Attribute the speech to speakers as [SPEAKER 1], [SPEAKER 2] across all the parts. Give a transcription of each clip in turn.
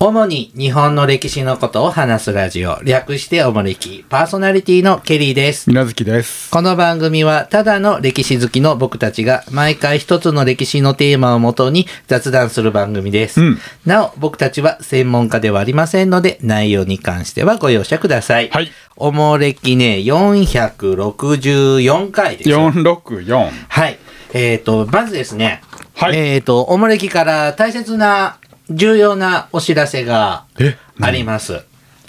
[SPEAKER 1] 主に日本の歴史のことを話すラジオ、略しておもれき、パーソナリティのケリーです。
[SPEAKER 2] みなずきです。
[SPEAKER 1] この番組はただの歴史好きの僕たちが毎回一つの歴史のテーマをもとに雑談する番組です、
[SPEAKER 2] うん
[SPEAKER 1] なお僕たちは専門家ではありませんので内容に関してはご容赦ください。
[SPEAKER 2] はい
[SPEAKER 1] おもれきね464回です。
[SPEAKER 2] 四六四。
[SPEAKER 1] はい。えっ、と、まずですね、
[SPEAKER 2] はい
[SPEAKER 1] えっ、と、おもれきから大切な重要なお知らせが
[SPEAKER 2] え
[SPEAKER 1] あります。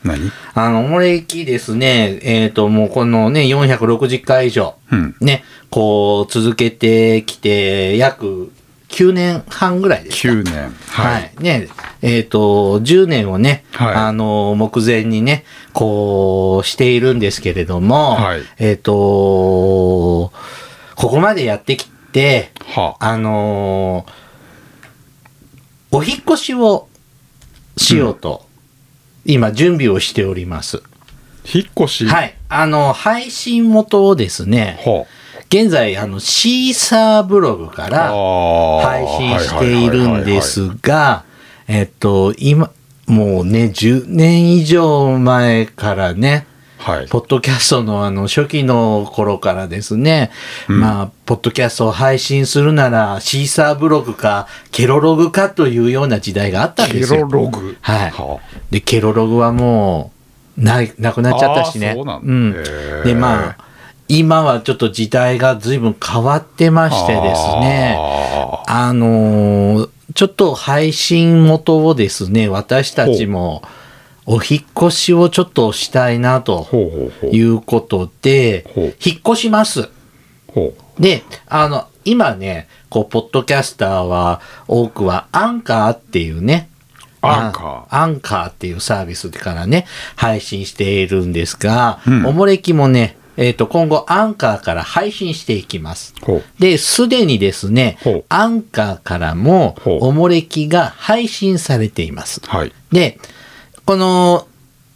[SPEAKER 2] 何？
[SPEAKER 1] あの、おもれきですね、えっ、と、もうこのね、460回以上、
[SPEAKER 2] うん
[SPEAKER 1] ね、こう、続けてきて、約9年半ぐらいですか。
[SPEAKER 2] 九年。
[SPEAKER 1] はい。。ね、えっ、と、10年をね、
[SPEAKER 2] はい
[SPEAKER 1] あの、目前にね、こう、しているんですけれども、
[SPEAKER 2] はい
[SPEAKER 1] えっ、と、ここまでやってきて、
[SPEAKER 2] はあ。
[SPEAKER 1] あのーお引っ越しをしようと、今準備をしております。
[SPEAKER 2] 引っ越し。。
[SPEAKER 1] はいい。あの、配信元をですね、
[SPEAKER 2] は
[SPEAKER 1] 現在、あの、シーサーブログか
[SPEAKER 2] あ。
[SPEAKER 1] ら
[SPEAKER 2] ああ
[SPEAKER 1] 配信しているんで。
[SPEAKER 2] はい
[SPEAKER 1] すが、えっと、今、もうね、10年以上前からね、
[SPEAKER 2] はいはいはいはい。
[SPEAKER 1] ポ
[SPEAKER 2] はい
[SPEAKER 1] ッドキャストのあの初期の頃からですね、
[SPEAKER 2] ん
[SPEAKER 1] まあ、ポッドキャストを配信するなら、シーサーブログか、ケロログかというような時代があったんで
[SPEAKER 2] ケ
[SPEAKER 1] すよ。
[SPEAKER 2] ロログ。
[SPEAKER 1] はい
[SPEAKER 2] は
[SPEAKER 1] で、ケロログはもう、ない、なくなっちゃったしね。
[SPEAKER 2] あーそうなんだへー
[SPEAKER 1] で、まあ、今はちょっと時代が随分変わってま
[SPEAKER 2] あ
[SPEAKER 1] してですね。
[SPEAKER 2] あ
[SPEAKER 1] あのーちょっと配信元をですね、私たちもお引っ越しをちょっとしたいな
[SPEAKER 2] あ。
[SPEAKER 1] と
[SPEAKER 2] ほうほうほう。
[SPEAKER 1] いうことで
[SPEAKER 2] ほう、
[SPEAKER 1] 引っ越します。
[SPEAKER 2] ほ
[SPEAKER 1] で、あの、今ね、こう、ポッドキャスターは、多くは、アンカーっていうね、
[SPEAKER 2] アンカ
[SPEAKER 1] ー。アンカーっていうサービスからね、配信しているんですが、
[SPEAKER 2] うん
[SPEAKER 1] おもれきもね、えっ、と、今後、アンカーから配信していきます。
[SPEAKER 2] う。ほう。
[SPEAKER 1] で、すでにですね
[SPEAKER 2] ほう、
[SPEAKER 1] アンカーからも
[SPEAKER 2] ほ、う
[SPEAKER 1] おもれきが配信されています。
[SPEAKER 2] はい。
[SPEAKER 1] で、この、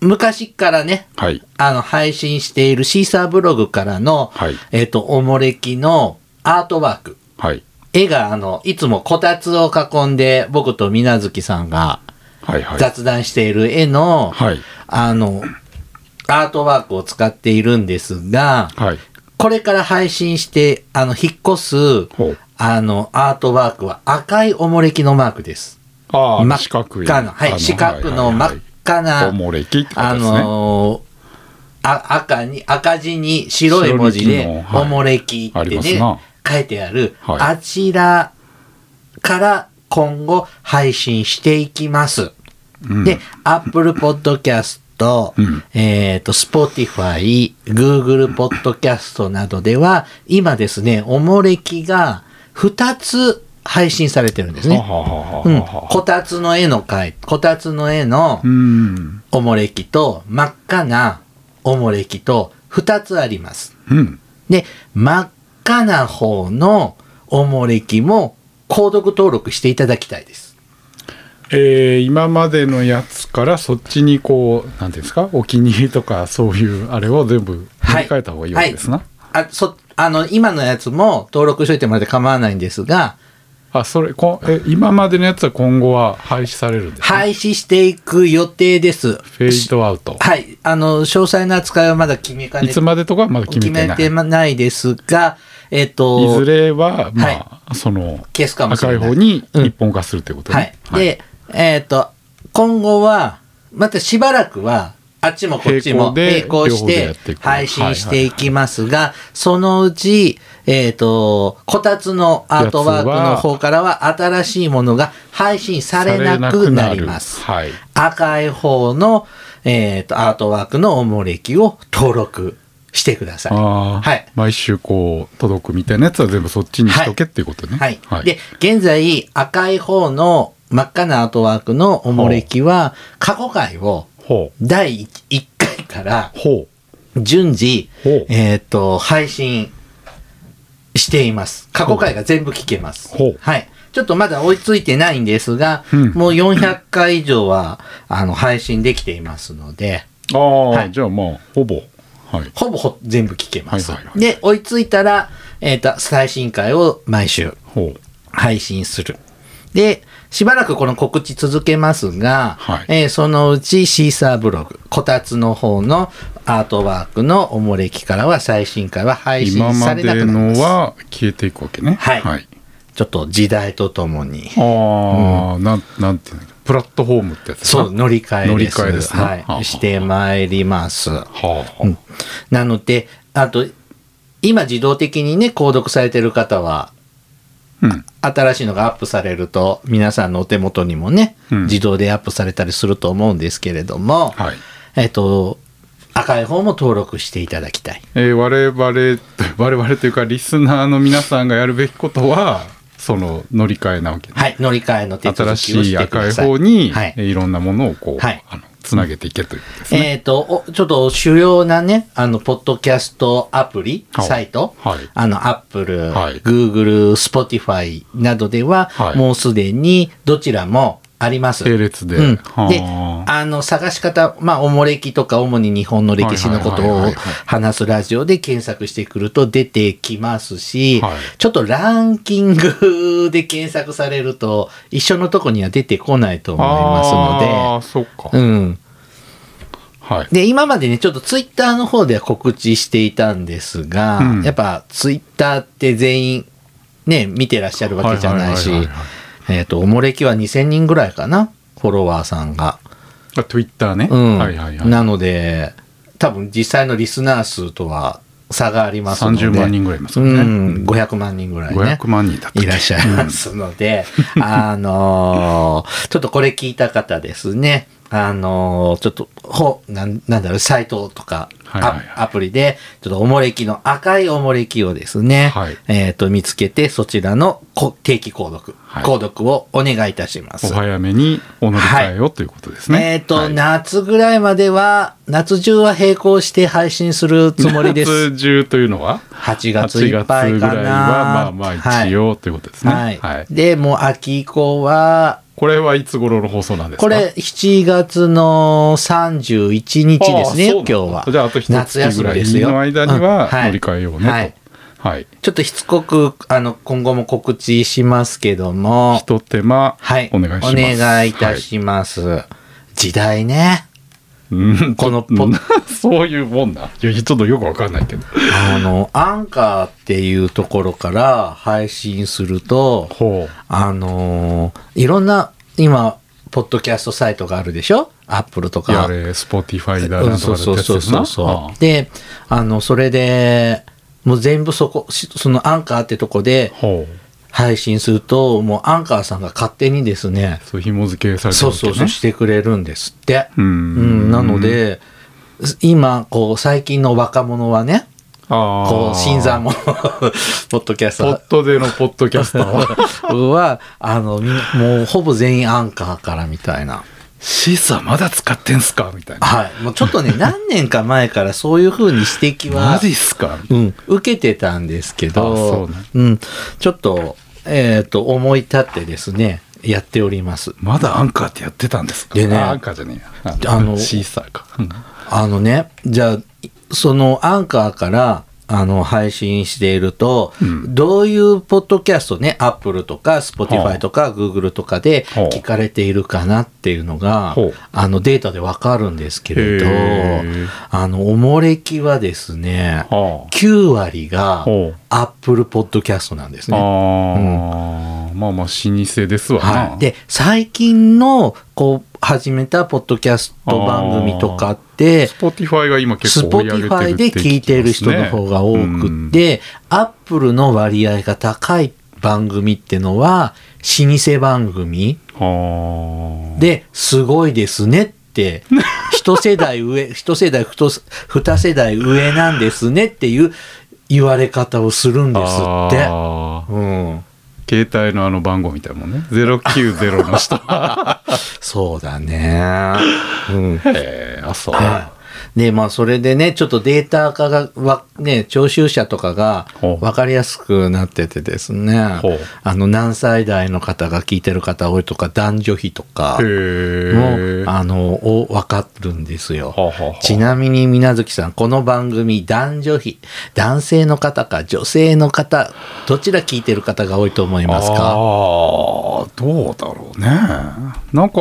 [SPEAKER 1] 昔からね、
[SPEAKER 2] はい。
[SPEAKER 1] あの、配信しているシーサーブログからの、
[SPEAKER 2] はい
[SPEAKER 1] えっ、と、おもれきのアートワーク。
[SPEAKER 2] はい。
[SPEAKER 1] 絵が、あの、いつもこたつを囲んで、僕とみなずきさんが
[SPEAKER 2] はいはい。
[SPEAKER 1] 雑談している絵の、
[SPEAKER 2] はい。
[SPEAKER 1] あの、アートワークを使っているんですが、
[SPEAKER 2] はい。
[SPEAKER 1] これから配信して、あの、引っ越す
[SPEAKER 2] ほう、
[SPEAKER 1] あの、アートワークは赤いおもれきのマークです。
[SPEAKER 2] あ
[SPEAKER 1] 真
[SPEAKER 2] あ、
[SPEAKER 1] っ
[SPEAKER 2] 四角い。
[SPEAKER 1] 赤な、は
[SPEAKER 2] あ
[SPEAKER 1] い、四角の
[SPEAKER 2] はいはい
[SPEAKER 1] 真
[SPEAKER 2] は
[SPEAKER 1] っ
[SPEAKER 2] い
[SPEAKER 1] 赤な、
[SPEAKER 2] おもれきってこと
[SPEAKER 1] あ
[SPEAKER 2] ですね。
[SPEAKER 1] のーあ赤に赤字に白い文字
[SPEAKER 2] 白
[SPEAKER 1] で
[SPEAKER 2] い
[SPEAKER 1] 「
[SPEAKER 2] 木のはい
[SPEAKER 1] おもれき」っ
[SPEAKER 2] あり
[SPEAKER 1] て
[SPEAKER 2] ま
[SPEAKER 1] ね、
[SPEAKER 2] すな
[SPEAKER 1] 書いてある、
[SPEAKER 2] はい
[SPEAKER 1] あちらから今後配信していきます。
[SPEAKER 2] うん
[SPEAKER 1] で、Apple Podcast、
[SPEAKER 2] うん
[SPEAKER 1] えっ、と、Spotify、Google Podcast などでは、今ですね、おもれきが2つ配信されてるんですね。
[SPEAKER 2] はははは
[SPEAKER 1] うん、
[SPEAKER 2] は
[SPEAKER 1] こたつの絵の回、こたつの絵の、
[SPEAKER 2] うん。
[SPEAKER 1] おもれきと真っ赤なおもれきと2つあります。
[SPEAKER 2] うん。
[SPEAKER 1] で、真っ赤な方のおもれきも購読登録していただきたいです。
[SPEAKER 2] えー今までのやつからそっちにこう、なんていうんですか、お気に入りとかそういうあれを全部乗り替えた方がいいわけですな。
[SPEAKER 1] あ、そ、あの、今のやつも登録しといてもらって構わないんですが、
[SPEAKER 2] あ、それこえ、今までのやつは今後は廃止されるんですね。
[SPEAKER 1] 廃止していく予定です。
[SPEAKER 2] フェードアウト。
[SPEAKER 1] はい。あの、詳細な扱いはまだ決めか
[SPEAKER 2] い
[SPEAKER 1] ね
[SPEAKER 2] つまでとかはまだ決
[SPEAKER 1] 決
[SPEAKER 2] めて
[SPEAKER 1] め
[SPEAKER 2] ない。
[SPEAKER 1] て
[SPEAKER 2] い
[SPEAKER 1] ないですが、えっ、と、
[SPEAKER 2] ずれは、まあ、
[SPEAKER 1] は
[SPEAKER 2] その、
[SPEAKER 1] 消すかもし
[SPEAKER 2] 赤
[SPEAKER 1] れ
[SPEAKER 2] い
[SPEAKER 1] ない。
[SPEAKER 2] 方に一本化するということ
[SPEAKER 1] はい
[SPEAKER 2] ね。。
[SPEAKER 1] で、えっ、と、今後は、またしばらくは、あっちもこっちも並
[SPEAKER 2] 並行
[SPEAKER 1] 行
[SPEAKER 2] で
[SPEAKER 1] し
[SPEAKER 2] 両方でや
[SPEAKER 1] て
[SPEAKER 2] っていく
[SPEAKER 1] 配信していきますが、そのうち、えっ、と、こたつのアートワークの方からは新しいものが配信されなくなります。
[SPEAKER 2] されなくなる
[SPEAKER 1] 赤い方の、えっ、と、アートワークのおもれきを登録してください。
[SPEAKER 2] はい。あー
[SPEAKER 1] はい
[SPEAKER 2] 毎週こう、届くみたいなやつは全部そっちにしとけっていうことね。
[SPEAKER 1] はい。で、現在、赤い方の真っ赤なアートワークのおもれきは、過去回を
[SPEAKER 2] ほ
[SPEAKER 1] 第1回から
[SPEAKER 2] う。ほ
[SPEAKER 1] 順次、
[SPEAKER 2] ほう
[SPEAKER 1] えっ、と、配信しています。過去回が全部聞けます
[SPEAKER 2] ほう。
[SPEAKER 1] はい。ちょっとまだ追いついてないんですが、
[SPEAKER 2] うん
[SPEAKER 1] もう400回以上は、あの、配信できていますので、
[SPEAKER 2] う。ああ、
[SPEAKER 1] はい
[SPEAKER 2] じゃあまあ、ほぼ。はい。
[SPEAKER 1] ほぼほ全部聞けます。
[SPEAKER 2] はいはいはい
[SPEAKER 1] で、追いついたら、えっ、と、最新回を毎週
[SPEAKER 2] ほう。
[SPEAKER 1] 配信する。で、しばらくこの告知続けますが、
[SPEAKER 2] はい
[SPEAKER 1] えーそのうちシーサーブログ、こたつの方のアートワークのおもれきからは最新回は配
[SPEAKER 2] 今
[SPEAKER 1] 信
[SPEAKER 2] ま
[SPEAKER 1] されな
[SPEAKER 2] で
[SPEAKER 1] くなりま
[SPEAKER 2] の
[SPEAKER 1] す。
[SPEAKER 2] は消えていくわけね。
[SPEAKER 1] はいちょっと時代とともに、
[SPEAKER 2] ああ、なん、なんていうの、プラットフォームってやつか
[SPEAKER 1] そう、乗り換えです。
[SPEAKER 2] 乗り換えですねはあは
[SPEAKER 1] は
[SPEAKER 2] あ
[SPEAKER 1] い。してまいります。
[SPEAKER 2] はあ、
[SPEAKER 1] うんなので、あと、今自動的にね、購読されてる方は、
[SPEAKER 2] うん。
[SPEAKER 1] 新しいのがアップされると、皆さんのお手元にもね、
[SPEAKER 2] うん
[SPEAKER 1] 自動でアップされたりすると思うんですけれども、
[SPEAKER 2] はい。
[SPEAKER 1] えっと、赤い方も登録していただきたい。
[SPEAKER 2] えー、我々、 我々というか、リスナーの皆さんがやるべきことは、その乗り換えなわけね、
[SPEAKER 1] はい、乗り換えの手続
[SPEAKER 2] 新
[SPEAKER 1] きを
[SPEAKER 2] し
[SPEAKER 1] し
[SPEAKER 2] い
[SPEAKER 1] てく
[SPEAKER 2] 赤い
[SPEAKER 1] ださい。
[SPEAKER 2] 方に、
[SPEAKER 1] はいい、
[SPEAKER 2] えーいろんなものをこう、
[SPEAKER 1] はい
[SPEAKER 2] あの、つなげていけということですね。
[SPEAKER 1] えっ、と、おちょっと主要なね、あの、ポッドキャストアプリ、
[SPEAKER 2] はい
[SPEAKER 1] サイト、
[SPEAKER 2] はい
[SPEAKER 1] あの、アップル、
[SPEAKER 2] はい
[SPEAKER 1] グーグル、スポティファイなどでは、
[SPEAKER 2] はい
[SPEAKER 1] もうすでにどちらもあります。
[SPEAKER 2] 並列で。
[SPEAKER 1] うん、で
[SPEAKER 2] は、あ
[SPEAKER 1] あの、探し方、まあ、おもれきとか、主に日本の歴史のこと
[SPEAKER 2] はいはい
[SPEAKER 1] を
[SPEAKER 2] はいはい
[SPEAKER 1] 話すラジオで検索してくると出てきますし、
[SPEAKER 2] はい
[SPEAKER 1] ちょっとランキングで検索されると、一緒のとこには出てこないと思い
[SPEAKER 2] あ
[SPEAKER 1] ま
[SPEAKER 2] あ、そっか。
[SPEAKER 1] すので、うん。
[SPEAKER 2] はい。
[SPEAKER 1] で、今までね、ちょっとツイッターの方では告知していたんですが、
[SPEAKER 2] うん
[SPEAKER 1] やっぱツイッターって全員、ね、見てらっしゃるわけじゃないし
[SPEAKER 2] はいはいはいはい、
[SPEAKER 1] えっと、おもれきは2000人ぐらいかな、フォロワーさんが。
[SPEAKER 2] あ、Twitter ね。
[SPEAKER 1] うん。
[SPEAKER 2] はいはいはい。
[SPEAKER 1] なので、多分実際のリスナー数とは差がありますので。
[SPEAKER 2] 30万人ぐらいいます
[SPEAKER 1] う
[SPEAKER 2] もんね。
[SPEAKER 1] ん、500万人ぐらいね。
[SPEAKER 2] 500万人だったっけ
[SPEAKER 1] いらっしゃいますので、あのーちょっとこれ聞いた方ですね、あのーちょっと、ほ、なん、なんだろう、サイトとか、
[SPEAKER 2] はいはいはい
[SPEAKER 1] アアプリで、ちょっとおもれきの、赤いおもれきをですね、
[SPEAKER 2] はい
[SPEAKER 1] えっ、と、見つけて、そちらのこ定期購読、
[SPEAKER 2] はい
[SPEAKER 1] 購読をお願いいたします。
[SPEAKER 2] お早めにお乗り換えを、ということですね。
[SPEAKER 1] えっ、と、
[SPEAKER 2] はい
[SPEAKER 1] 夏ぐらいまでは、夏中は並行して配信するつもりです。
[SPEAKER 2] 夏中というのは
[SPEAKER 1] 8
[SPEAKER 2] 8
[SPEAKER 1] 月
[SPEAKER 2] 月
[SPEAKER 1] いっぱい
[SPEAKER 2] ぐら
[SPEAKER 1] か
[SPEAKER 2] いは
[SPEAKER 1] な。
[SPEAKER 2] まあまあ一応ということですね。
[SPEAKER 1] はい。はい。で、もう秋以降は、
[SPEAKER 2] これはいつ頃の放送なんですか
[SPEAKER 1] これ7月の31日
[SPEAKER 2] ああ
[SPEAKER 1] ですね、
[SPEAKER 2] そ
[SPEAKER 1] 今
[SPEAKER 2] うなん
[SPEAKER 1] 日
[SPEAKER 2] だ
[SPEAKER 1] は。
[SPEAKER 2] じゃああと一
[SPEAKER 1] 夏
[SPEAKER 2] 月
[SPEAKER 1] 休
[SPEAKER 2] ぐ
[SPEAKER 1] み
[SPEAKER 2] らい
[SPEAKER 1] ですよ。
[SPEAKER 2] の間には
[SPEAKER 1] うん
[SPEAKER 2] 乗り換えようねと。
[SPEAKER 1] は
[SPEAKER 2] はい
[SPEAKER 1] い。。ちょっとしつこく、あの、今後も告知しますけども
[SPEAKER 2] ひ、と手間、
[SPEAKER 1] はい。
[SPEAKER 2] お願いします。
[SPEAKER 1] お願いいたします。時代ね。
[SPEAKER 2] はいうん
[SPEAKER 1] この
[SPEAKER 2] ちょっ
[SPEAKER 1] ポ
[SPEAKER 2] と そういうもんな。いや、ちょっとよくわかんないけど。
[SPEAKER 1] あの、アンカーっていうところから配信すると、
[SPEAKER 2] ほう。
[SPEAKER 1] あのーいろんな、今、ポッドキャストサイトがあるでしょアップルとか。
[SPEAKER 2] やれ、スポティファイだ
[SPEAKER 1] う
[SPEAKER 2] なんんと
[SPEAKER 1] そう
[SPEAKER 2] か
[SPEAKER 1] そうそ
[SPEAKER 2] だってやつ
[SPEAKER 1] う
[SPEAKER 2] ですな
[SPEAKER 1] そうそう。で、あの、それで、もう全部そこ、しそのアンカーってとこで
[SPEAKER 2] あほう。
[SPEAKER 1] 配信すると、もうアンカーさんが勝手にですね、
[SPEAKER 2] そう、紐付けされてる
[SPEAKER 1] そう
[SPEAKER 2] わけ
[SPEAKER 1] そ
[SPEAKER 2] ね
[SPEAKER 1] うそうしてくれるんですって。
[SPEAKER 2] う。
[SPEAKER 1] うんん、なので、今、こう、最近の若者はね、
[SPEAKER 2] ああ、
[SPEAKER 1] こう、新参者、 ポッドキャス
[SPEAKER 2] ポ
[SPEAKER 1] ト
[SPEAKER 2] ッドでのポッドキャスタ ーは。
[SPEAKER 1] は、あの、みもうほぼ全員アンカーからみたいな。
[SPEAKER 2] シーサーまだ使ってんすかみたいな。
[SPEAKER 1] はい。もうちょっとね、何年か前からそういうふうに指摘
[SPEAKER 2] マ
[SPEAKER 1] は、
[SPEAKER 2] ジっすか
[SPEAKER 1] うん、受けてたんですけど、
[SPEAKER 2] あそうね
[SPEAKER 1] うん、ちょっと、えっ、と、思い立ってですね、やっております。
[SPEAKER 2] まだアンカーってやってたんですか
[SPEAKER 1] でね
[SPEAKER 2] あアンカーじゃねえや。
[SPEAKER 1] あの
[SPEAKER 2] シーサーか。うん
[SPEAKER 1] あのね、じゃあ、そのアンカーから、あの、配信していると、
[SPEAKER 2] うん
[SPEAKER 1] どういうポッドキャストね、アップルとか、スポティファイとか、グーグルとかで
[SPEAKER 2] ほう
[SPEAKER 1] 聞かれているかなっていうのが
[SPEAKER 2] ほう、
[SPEAKER 1] あの、データでわかるんですけれど
[SPEAKER 2] へー、
[SPEAKER 1] あの、おもれきはですね、
[SPEAKER 2] は
[SPEAKER 1] 9割が
[SPEAKER 2] ほう
[SPEAKER 1] アップルポッドキャストなんです
[SPEAKER 2] あ。
[SPEAKER 1] ね。
[SPEAKER 2] ああ、まあまあ、老舗ですわ
[SPEAKER 1] は
[SPEAKER 2] な。
[SPEAKER 1] い、で最近のこう始めたポッドキャスト番組とかって
[SPEAKER 2] スポティファイが今
[SPEAKER 1] ス
[SPEAKER 2] 結構追
[SPEAKER 1] ポ
[SPEAKER 2] い
[SPEAKER 1] テ
[SPEAKER 2] 上げ
[SPEAKER 1] ィ
[SPEAKER 2] て
[SPEAKER 1] ファイ
[SPEAKER 2] る
[SPEAKER 1] で
[SPEAKER 2] って
[SPEAKER 1] 聞いてる人
[SPEAKER 2] 聞き
[SPEAKER 1] の
[SPEAKER 2] ますね
[SPEAKER 1] 方が多くっ、て、アップルの割合が高い番組ってのは老舗番組
[SPEAKER 2] うんはあ。
[SPEAKER 1] ですごいですね って一世代上一世代二世二世代上なんですねっていう言われ方をするんですって。
[SPEAKER 2] あー
[SPEAKER 1] うん、
[SPEAKER 2] 携帯のあの番号みたいなもんね。090の人は。
[SPEAKER 1] そうだね。うん
[SPEAKER 2] へえ、あ、そう。
[SPEAKER 1] はで、まあ、それでね、ちょっとデータ化が、わね、徴収者とかが分かりやすくなっててですね、あ
[SPEAKER 2] ほう
[SPEAKER 1] の、何歳代の方が聞いてる方多いとか、男女比とか
[SPEAKER 2] へ
[SPEAKER 1] も
[SPEAKER 2] え、
[SPEAKER 1] あの、を分かるんですよ。
[SPEAKER 2] はあはあはあ
[SPEAKER 1] ちなみに、水無月さん、この番組、男女比、男性の方か女性の方、どちら聞いてる方が多いと思います
[SPEAKER 2] あ
[SPEAKER 1] か
[SPEAKER 2] ーどうだろうねなんか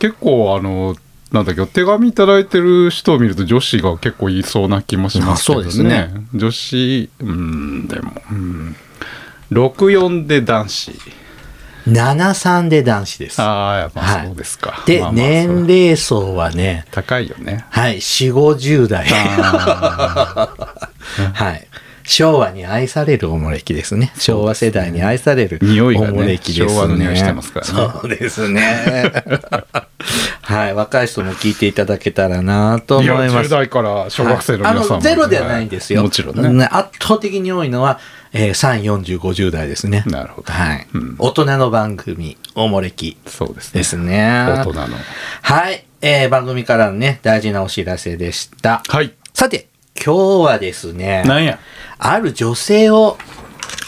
[SPEAKER 2] 結構あのなんだっけ手紙いただいてる人を見ると女子が結構いそうな気もしますけど
[SPEAKER 1] あそう
[SPEAKER 2] ね
[SPEAKER 1] ですね
[SPEAKER 2] 女子うんでもうん64で男子
[SPEAKER 1] ?73 で男子です。
[SPEAKER 2] ああやっぱ
[SPEAKER 1] はい
[SPEAKER 2] そうですか、
[SPEAKER 1] で、
[SPEAKER 2] まあまあそう
[SPEAKER 1] 年齢層はね、
[SPEAKER 2] 高いよ ね
[SPEAKER 1] はい、4、50代。 はい。昭和に愛されるおもれきですね。昭和世代に愛される
[SPEAKER 2] 匂いがね
[SPEAKER 1] おもれきですね。
[SPEAKER 2] 昭和の匂いしてますからね
[SPEAKER 1] そうですね。 はい。若い人も聞いていただけたらなと思
[SPEAKER 2] い
[SPEAKER 1] い
[SPEAKER 2] や
[SPEAKER 1] ます。
[SPEAKER 2] 10代から小学生の皆さ
[SPEAKER 1] はい
[SPEAKER 2] んもね、
[SPEAKER 1] あのゼロではないんですよ。
[SPEAKER 2] もちろんね、
[SPEAKER 1] ね圧倒的に多いのは、えー、3、40、50代ですね。
[SPEAKER 2] なるほど
[SPEAKER 1] はい、
[SPEAKER 2] うん
[SPEAKER 1] 大人の番組、おもれき
[SPEAKER 2] そうですね
[SPEAKER 1] ですね。
[SPEAKER 2] 大人の
[SPEAKER 1] はい。えー番組からのね、大事なお知らせでした。
[SPEAKER 2] はい
[SPEAKER 1] さて、今日はですね、
[SPEAKER 2] なんや
[SPEAKER 1] ある女性を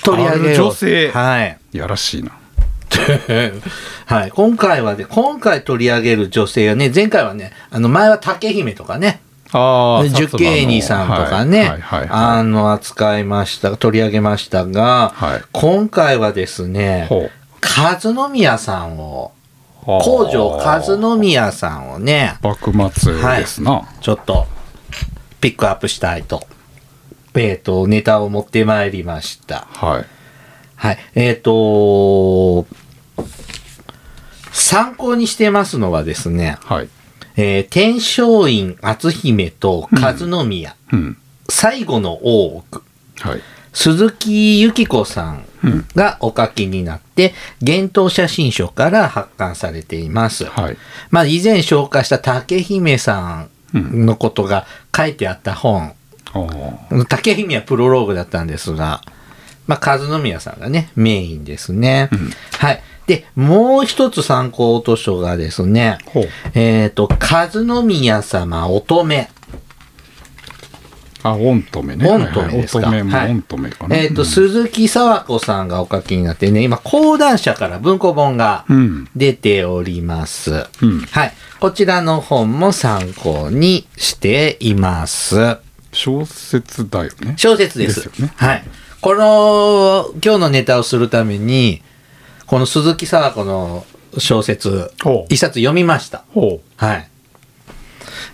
[SPEAKER 1] 取り上げよう
[SPEAKER 2] ある女性
[SPEAKER 1] はい。
[SPEAKER 2] やらしいな
[SPEAKER 1] はい。今回はね、今回取り上げる女性はね、前回はね、あの、前は竹姫とかね、
[SPEAKER 2] あ
[SPEAKER 1] ジュケーニさんとかね、あの、扱いました、取り上げましたが、
[SPEAKER 2] はい
[SPEAKER 1] 今回はですね、
[SPEAKER 2] ほう
[SPEAKER 1] 和宮さんを、工場和宮さんをね、
[SPEAKER 2] 幕末ですな、
[SPEAKER 1] ちょっとピックアップしたいと、えっ、と、ネタを持ってまいりました。
[SPEAKER 2] はい
[SPEAKER 1] はい。えっ、と参考にしてますのはですね、
[SPEAKER 2] はい
[SPEAKER 1] えー天璋院篤姫と和宮、
[SPEAKER 2] うん
[SPEAKER 1] 最後の大奥、
[SPEAKER 2] はい
[SPEAKER 1] 鈴木由紀子さん
[SPEAKER 2] うん
[SPEAKER 1] がお書きになって、幻冬写真書から発刊されています。
[SPEAKER 2] はい
[SPEAKER 1] まあ、以前紹介した竹姫さんのことが書いてあった本、
[SPEAKER 2] あー
[SPEAKER 1] 竹姫はプロローグだったんですが、まあ、和宮さんがね、メインですね。
[SPEAKER 2] うん
[SPEAKER 1] はい。で、もう一つ参考図書がですね、
[SPEAKER 2] ほう
[SPEAKER 1] えっ、と、和宮様乙女。
[SPEAKER 2] あ御留ね
[SPEAKER 1] 御留ですか
[SPEAKER 2] はいはい
[SPEAKER 1] はい
[SPEAKER 2] 乙女も御留かな、
[SPEAKER 1] えっ、と、鈴木沢子さんがお書きになってね、今、講談社から文庫本が
[SPEAKER 2] うん
[SPEAKER 1] 出ております。
[SPEAKER 2] うん
[SPEAKER 1] はい。こちらの本も参考にしています。
[SPEAKER 2] 小説だよね
[SPEAKER 1] 小説です。
[SPEAKER 2] ですよね
[SPEAKER 1] はい。この、今日のネタをするために、この鈴木沢子の小説
[SPEAKER 2] ほ、う
[SPEAKER 1] 一冊読みました。
[SPEAKER 2] ほ
[SPEAKER 1] はい。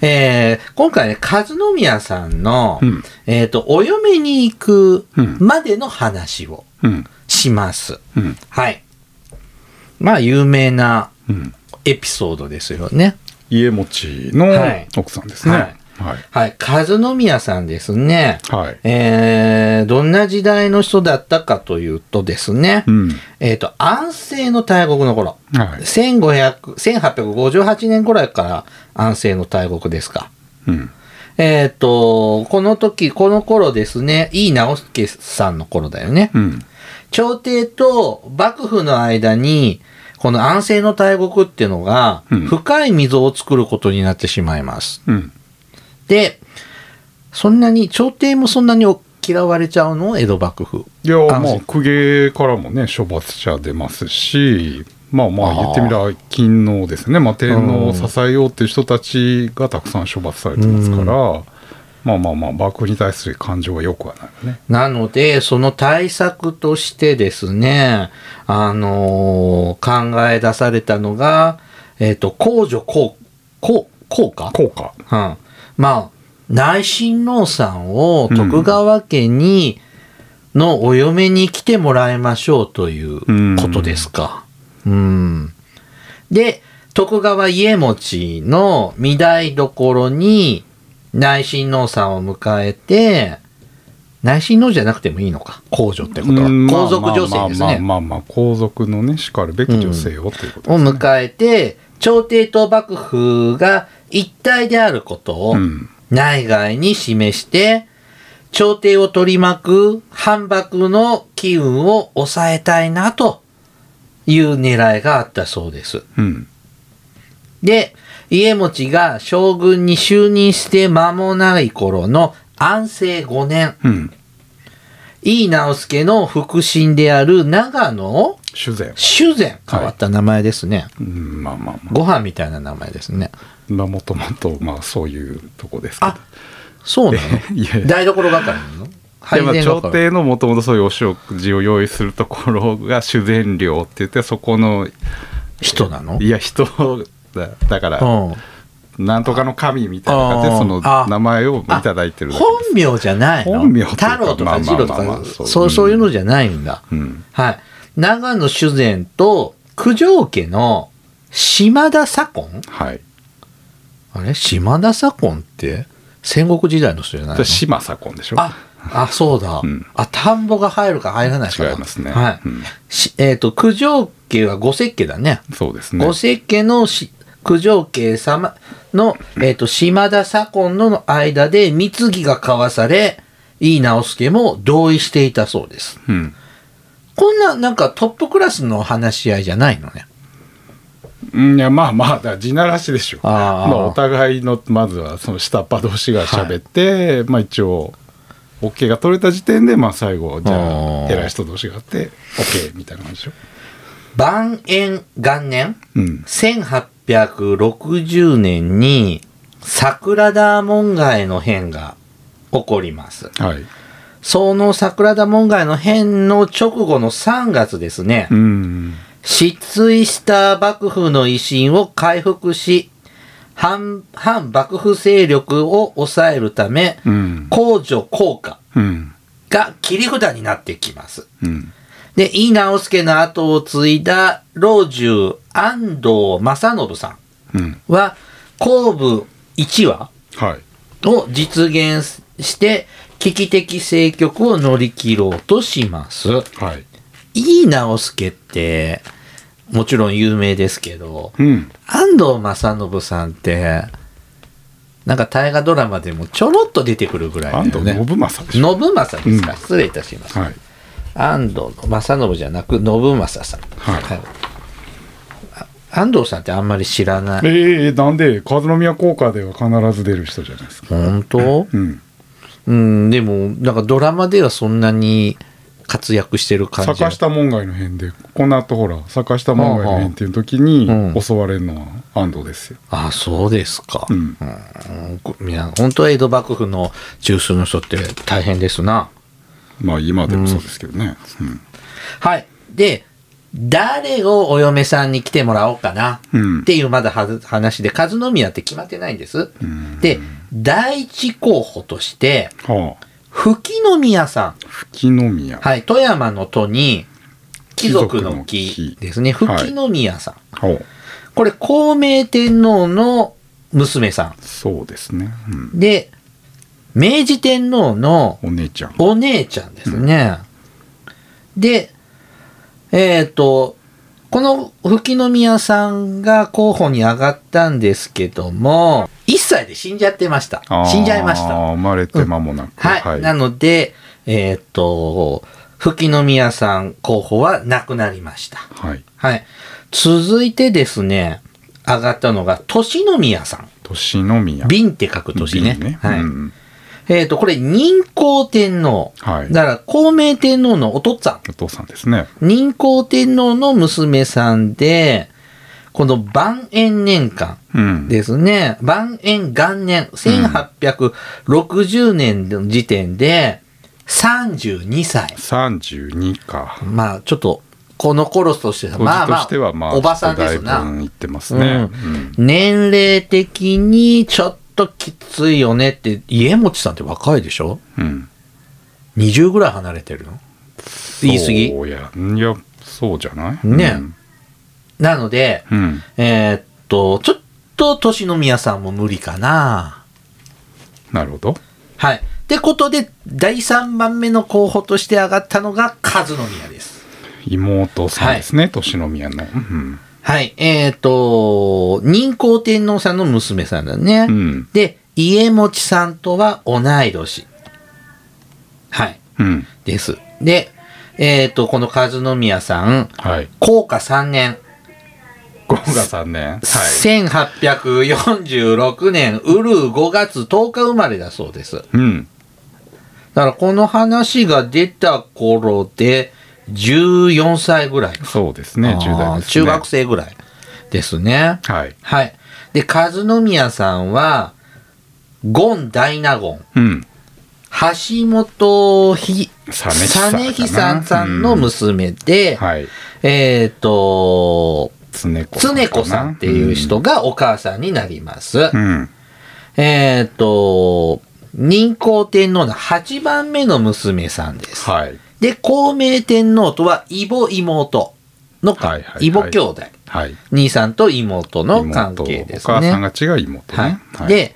[SPEAKER 1] えー今回ね、和宮さんの、
[SPEAKER 2] うん
[SPEAKER 1] えっ、と、お嫁に行く
[SPEAKER 2] うん
[SPEAKER 1] までの話を
[SPEAKER 2] ううん
[SPEAKER 1] します。
[SPEAKER 2] うん
[SPEAKER 1] はい。まあ、有名な
[SPEAKER 2] うん
[SPEAKER 1] エピソードですよね。
[SPEAKER 2] 家持ちの
[SPEAKER 1] はい
[SPEAKER 2] 奥さんですね
[SPEAKER 1] はい
[SPEAKER 2] はい
[SPEAKER 1] はい。和宮さんですね。
[SPEAKER 2] はい
[SPEAKER 1] えーどんな時代の人だったかというとですね、
[SPEAKER 2] うん
[SPEAKER 1] えっ、と、安政の大国の頃、
[SPEAKER 2] はい
[SPEAKER 1] 1500 1858年ぐらいから安政の大国ですか。
[SPEAKER 2] うん
[SPEAKER 1] えっ、と、この時、この頃ですね、井伊直輔さんの頃だよね。
[SPEAKER 2] うん
[SPEAKER 1] 朝廷と幕府の間に、この安政の大国っていうのが
[SPEAKER 2] うん、
[SPEAKER 1] 深い溝を作ることになってしまいます。
[SPEAKER 2] うん
[SPEAKER 1] で、そんなに、朝廷もそんなに嫌われちゃうの江戸幕府。
[SPEAKER 2] いや
[SPEAKER 1] あの
[SPEAKER 2] まあ公家からもね処罰者出ますしまあまあ言ってみれば勤王ですね、まあ、天皇を支えようっていう人たちがたくさん処罰されてますから、まあまあまあ幕府に対する感情はよくはないよね。
[SPEAKER 1] なので、その対策としてですね、あのー考え出されたのが、えっ、と、公助公、公、公か
[SPEAKER 2] 効果
[SPEAKER 1] うん。まあ、内親王さんを徳川家に、のお嫁に来てもらいましょうということですか。うん。で、徳川家持の御台所に内親王さんを迎えて、内親王じゃなくてもいいのか。公女ってことは。
[SPEAKER 2] うんまあ
[SPEAKER 1] 皇族女性ですね。
[SPEAKER 2] まあまあまあまあ皇族のねしかるべき女性をということ
[SPEAKER 1] を
[SPEAKER 2] ですね。
[SPEAKER 1] 迎えて、朝廷と幕府が一体であることを
[SPEAKER 2] うん
[SPEAKER 1] 内外に示して、朝廷を取り巻く反幕の機運を抑えたいなという狙いがあったそうです。
[SPEAKER 2] うん
[SPEAKER 1] で、家持が将軍に就任して間もない頃の安政5年、
[SPEAKER 2] うん。
[SPEAKER 1] 井伊直弼の腹心である長野
[SPEAKER 2] 修繕。
[SPEAKER 1] 修繕変わった名前ですね、
[SPEAKER 2] うん、まあまあまあ。
[SPEAKER 1] ご飯みたいな名前ですね
[SPEAKER 2] まあもともと、まあそういうとこですけど
[SPEAKER 1] あそうな
[SPEAKER 2] いやい
[SPEAKER 1] の
[SPEAKER 2] や
[SPEAKER 1] 台所係なの
[SPEAKER 2] でまあ
[SPEAKER 1] 配膳
[SPEAKER 2] 朝
[SPEAKER 1] 係
[SPEAKER 2] 廷のもともとそういうお食事を用意するところが修繕料って言ってそこの
[SPEAKER 1] 人なの
[SPEAKER 2] いや人だだから
[SPEAKER 1] うん
[SPEAKER 2] なんとかの神みたいな感じでその
[SPEAKER 1] あー
[SPEAKER 2] 名前をい
[SPEAKER 1] あ
[SPEAKER 2] ただいてるだけ
[SPEAKER 1] 本名じゃないの
[SPEAKER 2] 本名っていうか
[SPEAKER 1] 太郎と
[SPEAKER 2] ま
[SPEAKER 1] か
[SPEAKER 2] あま
[SPEAKER 1] 次
[SPEAKER 2] あ
[SPEAKER 1] 郎と
[SPEAKER 2] まあまあ
[SPEAKER 1] か
[SPEAKER 2] そう
[SPEAKER 1] そうそういうのじゃないんだ、
[SPEAKER 2] うん
[SPEAKER 1] はい長野修善と九条家の島田左近
[SPEAKER 2] はい
[SPEAKER 1] あれ島田左近って戦国時代の人じゃないの
[SPEAKER 2] 島左近でしょ
[SPEAKER 1] ああそうだ、
[SPEAKER 2] うん
[SPEAKER 1] あ田んぼが入るか入らないかだ
[SPEAKER 2] 違いますね
[SPEAKER 1] はい
[SPEAKER 2] うん
[SPEAKER 1] しえっ、と九条家は五石家だね
[SPEAKER 2] そうですね
[SPEAKER 1] 五石家のし九条家様の、えー、と島田左近のの間で貢ぎが交わされ井伊直弼も同意していたそうです
[SPEAKER 2] うん
[SPEAKER 1] こんななんかトップクラスの話し合いじゃないのね
[SPEAKER 2] うんいやまあまあだから地ならしでしょ
[SPEAKER 1] あー
[SPEAKER 2] まあ、お互いのまずはその下っ端同士が喋って、まあ一応 OK が取れた時点でまあ最後じゃ
[SPEAKER 1] あ
[SPEAKER 2] あ
[SPEAKER 1] ー
[SPEAKER 2] 偉い人同士があって OK みたいな感じでしょ
[SPEAKER 1] 晩延元年
[SPEAKER 2] うん
[SPEAKER 1] 1860年に桜田門外の変が起こります
[SPEAKER 2] はい
[SPEAKER 1] その桜田門外の変の直後の3月ですね、
[SPEAKER 2] うん
[SPEAKER 1] 失墜した幕府の威信を回復し、反、反幕府勢力を抑えるため、
[SPEAKER 2] うん
[SPEAKER 1] 公助効果
[SPEAKER 2] うん
[SPEAKER 1] が切り札になってきます。
[SPEAKER 2] うん
[SPEAKER 1] で、井伊直弼の後を継いだ老中安藤正信さ
[SPEAKER 2] うん
[SPEAKER 1] んは、後部1話
[SPEAKER 2] はい
[SPEAKER 1] を実現して、危機的政局を乗り切ろうとします。
[SPEAKER 2] はい
[SPEAKER 1] 井伊直弼って、もちろん有名ですけど、
[SPEAKER 2] うん
[SPEAKER 1] 安藤正信さんって、なんか大河ドラマでもちょろっと出てくるぐらいだよ
[SPEAKER 2] 安
[SPEAKER 1] ね。
[SPEAKER 2] 藤信正でしょ
[SPEAKER 1] 信正ですか、
[SPEAKER 2] うん
[SPEAKER 1] 失礼いたしました。
[SPEAKER 2] はい
[SPEAKER 1] 安藤正信じゃなく信正さん。
[SPEAKER 2] はい
[SPEAKER 1] あ安藤さんってあんまり知らない。
[SPEAKER 2] ええなんで和宮効果では必ず出る人じゃないですか
[SPEAKER 1] 本当
[SPEAKER 2] うん
[SPEAKER 1] うん、でも、なんかドラマではそんなに活躍してる感じは
[SPEAKER 2] 坂。下門外の辺でこの後ほら坂下門外の辺っていう時に
[SPEAKER 1] はあはあうん
[SPEAKER 2] 襲われるのは安藤ですよ、
[SPEAKER 1] あ、そうですか。
[SPEAKER 2] うん
[SPEAKER 1] うんこいや本当は江戸幕府の中枢の人って大変ですな。
[SPEAKER 2] まあ今でもそうですけどね、
[SPEAKER 1] はい。で、誰をお嫁さんに来てもらおうかな
[SPEAKER 2] うん
[SPEAKER 1] っていうまだはず話で、和宮って決まってないんです。
[SPEAKER 2] ん
[SPEAKER 1] で、第一候補として、
[SPEAKER 2] うんはあ
[SPEAKER 1] 吹宮さん。
[SPEAKER 2] 吹宮は
[SPEAKER 1] はい。富山の都に、貴族の
[SPEAKER 2] 貴族の
[SPEAKER 1] 木
[SPEAKER 2] 木
[SPEAKER 1] ですね。
[SPEAKER 2] はい
[SPEAKER 1] 吹宮さん。
[SPEAKER 2] あ
[SPEAKER 1] これ、孝明天皇の娘さ
[SPEAKER 2] そうですね、うん
[SPEAKER 1] ん。で、明治天皇の
[SPEAKER 2] お姉ちゃん
[SPEAKER 1] お姉ちゃんですね。で、えっ、と、この吹宮さんが候補に上がったんですけども、1歳で死んじゃってました
[SPEAKER 2] あー。
[SPEAKER 1] 死んじゃいました。
[SPEAKER 2] 生まれて間もなく、
[SPEAKER 1] はい。なので、えっ、と、吹宮さん候補は亡くなりました。
[SPEAKER 2] はい
[SPEAKER 1] はい。続いてですね、上がったのが、年宮さん。
[SPEAKER 2] 年宮
[SPEAKER 1] 瓶って書く年ね。
[SPEAKER 2] 瓶ね
[SPEAKER 1] はい。
[SPEAKER 2] うん
[SPEAKER 1] えっ、と、これ、任皇天皇。
[SPEAKER 2] はい
[SPEAKER 1] だから、孝明天皇のお父さん。
[SPEAKER 2] お父さんですね
[SPEAKER 1] 任皇天皇の娘さんで、この晩延年間
[SPEAKER 2] うん
[SPEAKER 1] ですね、晩延元年、1860年の時点で、32歳。
[SPEAKER 2] 32か
[SPEAKER 1] まあ、ちょっと、この頃としては、
[SPEAKER 2] 当
[SPEAKER 1] まあ
[SPEAKER 2] 時と
[SPEAKER 1] ま
[SPEAKER 2] してはまあ
[SPEAKER 1] あ、おばさんです
[SPEAKER 2] ちょっとだい
[SPEAKER 1] な。
[SPEAKER 2] ぶいってますね、
[SPEAKER 1] う
[SPEAKER 2] うん
[SPEAKER 1] 年齢的にちょっときついよねって、家持さんって若いでしょ
[SPEAKER 2] うん、
[SPEAKER 1] 20ぐらい離れてるの言い過ぎ
[SPEAKER 2] そうやいやそうじゃない
[SPEAKER 1] ねなので、
[SPEAKER 2] うん、うん
[SPEAKER 1] えーっと、ちょっと、年宮さんも無理かな。
[SPEAKER 2] なるほど
[SPEAKER 1] はい。ってことで、第3番目の候補として上がったのが、和宮です。
[SPEAKER 2] 妹さんですね、年宮の、うん
[SPEAKER 1] はい。えーっと、任皇天皇さんの娘さんだね。
[SPEAKER 2] うん
[SPEAKER 1] で、家持さんとは同い年。はい。
[SPEAKER 2] うん、
[SPEAKER 1] です。で、えーっと、この和宮さん、
[SPEAKER 2] はい
[SPEAKER 1] 高価3年、
[SPEAKER 2] 後が3年。はい。
[SPEAKER 1] 1846年、ウルー5月10日生まれだそうです。だ
[SPEAKER 2] うん。
[SPEAKER 1] からこの話が出た頃で、14歳ぐらい。
[SPEAKER 2] そうですね、
[SPEAKER 1] あー
[SPEAKER 2] 10代ですね。
[SPEAKER 1] 中学生ぐらいですね。
[SPEAKER 2] はい。
[SPEAKER 1] はい。で、和宮さんは、ゴン大納言、
[SPEAKER 2] うん。
[SPEAKER 1] 橋本ひ、
[SPEAKER 2] 実久かな
[SPEAKER 1] 実さんさんの娘で、
[SPEAKER 2] はい。
[SPEAKER 1] えっ、と、
[SPEAKER 2] つねこ
[SPEAKER 1] 常子さんっていう人がお母さんになります。
[SPEAKER 2] うん。
[SPEAKER 1] えっ、と、仁孝天皇の8番目の娘さんです。
[SPEAKER 2] はい。
[SPEAKER 1] で、孝明天皇とは、異母妹のか、
[SPEAKER 2] はいはいはい
[SPEAKER 1] 異母兄弟。
[SPEAKER 2] はい。
[SPEAKER 1] 兄さんと妹の関
[SPEAKER 2] 妹、
[SPEAKER 1] 係で
[SPEAKER 2] お
[SPEAKER 1] すね。
[SPEAKER 2] 母さんが違う妹
[SPEAKER 1] はい
[SPEAKER 2] ね。はい。、
[SPEAKER 1] で、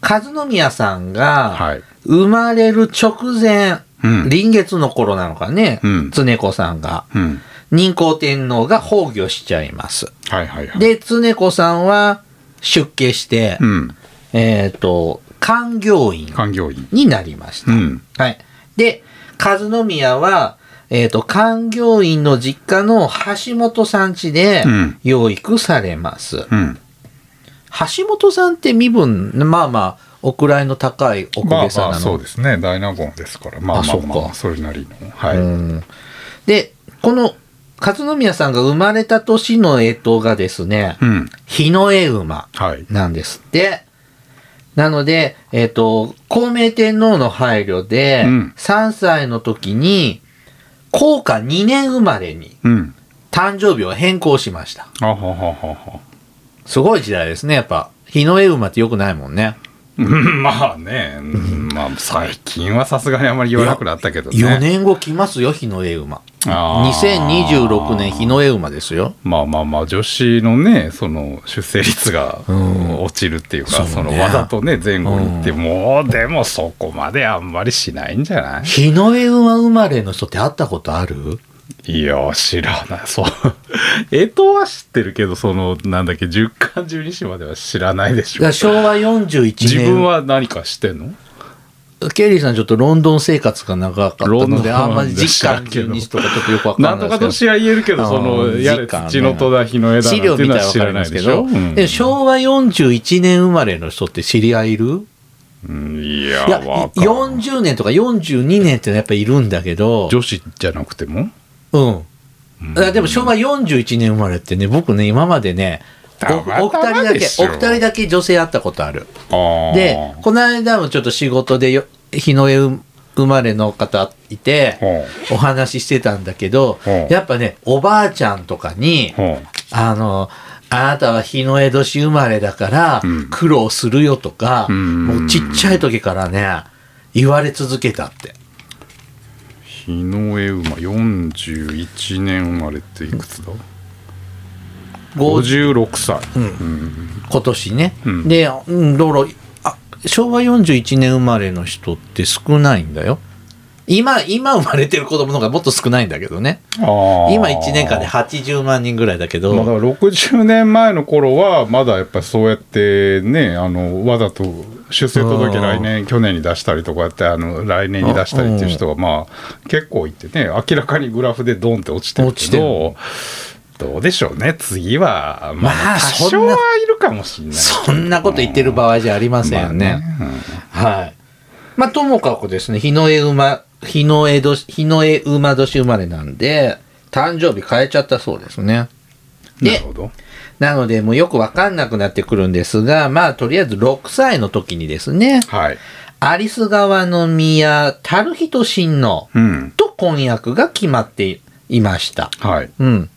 [SPEAKER 1] 和宮さんが、
[SPEAKER 2] はい。
[SPEAKER 1] 生まれる直前、
[SPEAKER 2] うん
[SPEAKER 1] 臨月の頃なのかね、
[SPEAKER 2] うん
[SPEAKER 1] 常子さんが、
[SPEAKER 2] うん。
[SPEAKER 1] 仁孝天皇が崩御しちゃいます。
[SPEAKER 2] はいはいはい。、
[SPEAKER 1] で、常子さんは出家して、
[SPEAKER 2] うん。
[SPEAKER 1] えっ、と、官業院
[SPEAKER 2] 官業員。
[SPEAKER 1] になりました。
[SPEAKER 2] うん。
[SPEAKER 1] はい。で、和宮は、えっ、と、官業院の実家の橋本さん家で
[SPEAKER 2] うん
[SPEAKER 1] 養育されます。
[SPEAKER 2] うん。
[SPEAKER 1] 橋本さんって身分、まあまあ、お位の高いお公
[SPEAKER 2] まあ
[SPEAKER 1] 家
[SPEAKER 2] ま
[SPEAKER 1] さん
[SPEAKER 2] あ
[SPEAKER 1] な
[SPEAKER 2] そ
[SPEAKER 1] の
[SPEAKER 2] う。ですね大納言ですからまあ
[SPEAKER 1] あ
[SPEAKER 2] まあ
[SPEAKER 1] そ
[SPEAKER 2] まあ
[SPEAKER 1] っ
[SPEAKER 2] ま
[SPEAKER 1] か
[SPEAKER 2] あそれなりのはい、
[SPEAKER 1] うんで、この、勝宮さんが生まれた年の干支がですね、
[SPEAKER 2] うん
[SPEAKER 1] 日の絵馬
[SPEAKER 2] はい
[SPEAKER 1] なんですって。なので、えっ、と、孝明天皇の配慮で、
[SPEAKER 2] うん
[SPEAKER 1] 3歳の時に、皇下2年生まれに
[SPEAKER 2] うん
[SPEAKER 1] 誕生日を変更しました。
[SPEAKER 2] あはははは
[SPEAKER 1] すごい時代ですね、やっぱ。日の絵馬って良くないもんね。
[SPEAKER 2] うん まあね、うんまあ最近はさすがにあまり言わなくなったけどね。
[SPEAKER 1] 4年後来ますよ、日の絵馬。
[SPEAKER 2] あー
[SPEAKER 1] 2026年日の絵馬ですよ。
[SPEAKER 2] まあまあまあ女子のね、その出生率が
[SPEAKER 1] ん
[SPEAKER 2] 落ちるっていう
[SPEAKER 1] そう
[SPEAKER 2] か、
[SPEAKER 1] ね
[SPEAKER 2] そのわざとね、前後にって、もうでもそこまであんまりしないんじゃない
[SPEAKER 1] 日の絵馬生まれの人って会ったことある
[SPEAKER 2] いや、知らない。そう。 えとは知ってるけど、その、なんだっけ、十巻十二子までは知らないでしょ。
[SPEAKER 1] 昭和41年。
[SPEAKER 2] 自分は何かしてんの
[SPEAKER 1] ケリーさんちょっとロンドン生活が長かった
[SPEAKER 2] ロ
[SPEAKER 1] の
[SPEAKER 2] ンド
[SPEAKER 1] で、
[SPEAKER 2] ン
[SPEAKER 1] あんまり
[SPEAKER 2] でし
[SPEAKER 1] 実
[SPEAKER 2] た
[SPEAKER 1] 感
[SPEAKER 2] け
[SPEAKER 1] 中
[SPEAKER 2] ど
[SPEAKER 1] にとかちょっとよくわか
[SPEAKER 2] なん
[SPEAKER 1] んない
[SPEAKER 2] と
[SPEAKER 1] です
[SPEAKER 2] か
[SPEAKER 1] けど。
[SPEAKER 2] 年は言えるけど、そ
[SPEAKER 1] あ
[SPEAKER 2] の、
[SPEAKER 1] ー
[SPEAKER 2] や
[SPEAKER 1] 時
[SPEAKER 2] れ、
[SPEAKER 1] 間ね
[SPEAKER 2] 土の戸田、日の枝なん
[SPEAKER 1] 資
[SPEAKER 2] てい
[SPEAKER 1] 料
[SPEAKER 2] う
[SPEAKER 1] 見
[SPEAKER 2] の
[SPEAKER 1] た
[SPEAKER 2] は
[SPEAKER 1] らわ
[SPEAKER 2] 知
[SPEAKER 1] からるん
[SPEAKER 2] ない
[SPEAKER 1] です
[SPEAKER 2] で
[SPEAKER 1] け
[SPEAKER 2] しょ
[SPEAKER 1] ど、。
[SPEAKER 2] うん
[SPEAKER 1] で昭和41年生まれの人って知り合いいる
[SPEAKER 2] うんいや、
[SPEAKER 1] いや、
[SPEAKER 2] わかん
[SPEAKER 1] 40年とか42年ってのはやっぱいるんだけど、
[SPEAKER 2] 女子じゃなくても
[SPEAKER 1] うん。あでも昭和41年生まれってね、僕ね、今までね、おお
[SPEAKER 2] た
[SPEAKER 1] 二人
[SPEAKER 2] またま
[SPEAKER 1] だ
[SPEAKER 2] で
[SPEAKER 1] け、
[SPEAKER 2] し
[SPEAKER 1] お
[SPEAKER 2] ょ
[SPEAKER 1] 二人だけ女性会ったことある。で
[SPEAKER 2] で、
[SPEAKER 1] この間もちょっと仕事でよ日の絵生まれの方いて、
[SPEAKER 2] ほ
[SPEAKER 1] お話ししてたんだけど、
[SPEAKER 2] うん
[SPEAKER 1] やっぱね、おばあちゃんとかに
[SPEAKER 2] う、ほ
[SPEAKER 1] あの、あなたは日の江年生まれだから
[SPEAKER 2] うん
[SPEAKER 1] 苦労するよとか、
[SPEAKER 2] うん
[SPEAKER 1] もうちっちゃい時からね、言われ続けたって。
[SPEAKER 2] う日の絵馬41年生まれっていくつだ
[SPEAKER 1] 50
[SPEAKER 2] 56歳、
[SPEAKER 1] 今年ね。
[SPEAKER 2] うん
[SPEAKER 1] で、うん、だからあ昭和41年生まれの人って少ないんだよ。今、今生まれてる子供の方がもっと少ないんだけどね。今1年間で80万人ぐらいだけど、
[SPEAKER 2] まあ、だから60年前の頃はまだやっぱりそうやってねあのわざと出生届
[SPEAKER 1] うん
[SPEAKER 2] 来年去年に出したりとかやってあの来年に出したりっていう人がまあ結構いてね明らかにグラフでドンって落ちてる
[SPEAKER 1] 落
[SPEAKER 2] け
[SPEAKER 1] ちて
[SPEAKER 2] どどうでしょうね次はま
[SPEAKER 1] まあ
[SPEAKER 2] あ
[SPEAKER 1] そ
[SPEAKER 2] 多
[SPEAKER 1] ん
[SPEAKER 2] 少
[SPEAKER 1] な
[SPEAKER 2] はいるかもしれない
[SPEAKER 1] そんなこと言ってる場合じゃありませんよね。
[SPEAKER 2] まあね
[SPEAKER 1] はい。まあ、ともかくですね、日の絵馬、日の絵年、日の絵馬年生まれなんで、誕生日変えちゃったそうですね。
[SPEAKER 2] うんな
[SPEAKER 1] で、
[SPEAKER 2] るほど
[SPEAKER 1] なので、もうよくわかんなくなってくるんですが、まあ、とりあえず6歳の時にですね、
[SPEAKER 2] はい
[SPEAKER 1] アリス川の宮、樽人親王
[SPEAKER 2] うん
[SPEAKER 1] と婚約が決まっていました。
[SPEAKER 2] はい
[SPEAKER 1] うん。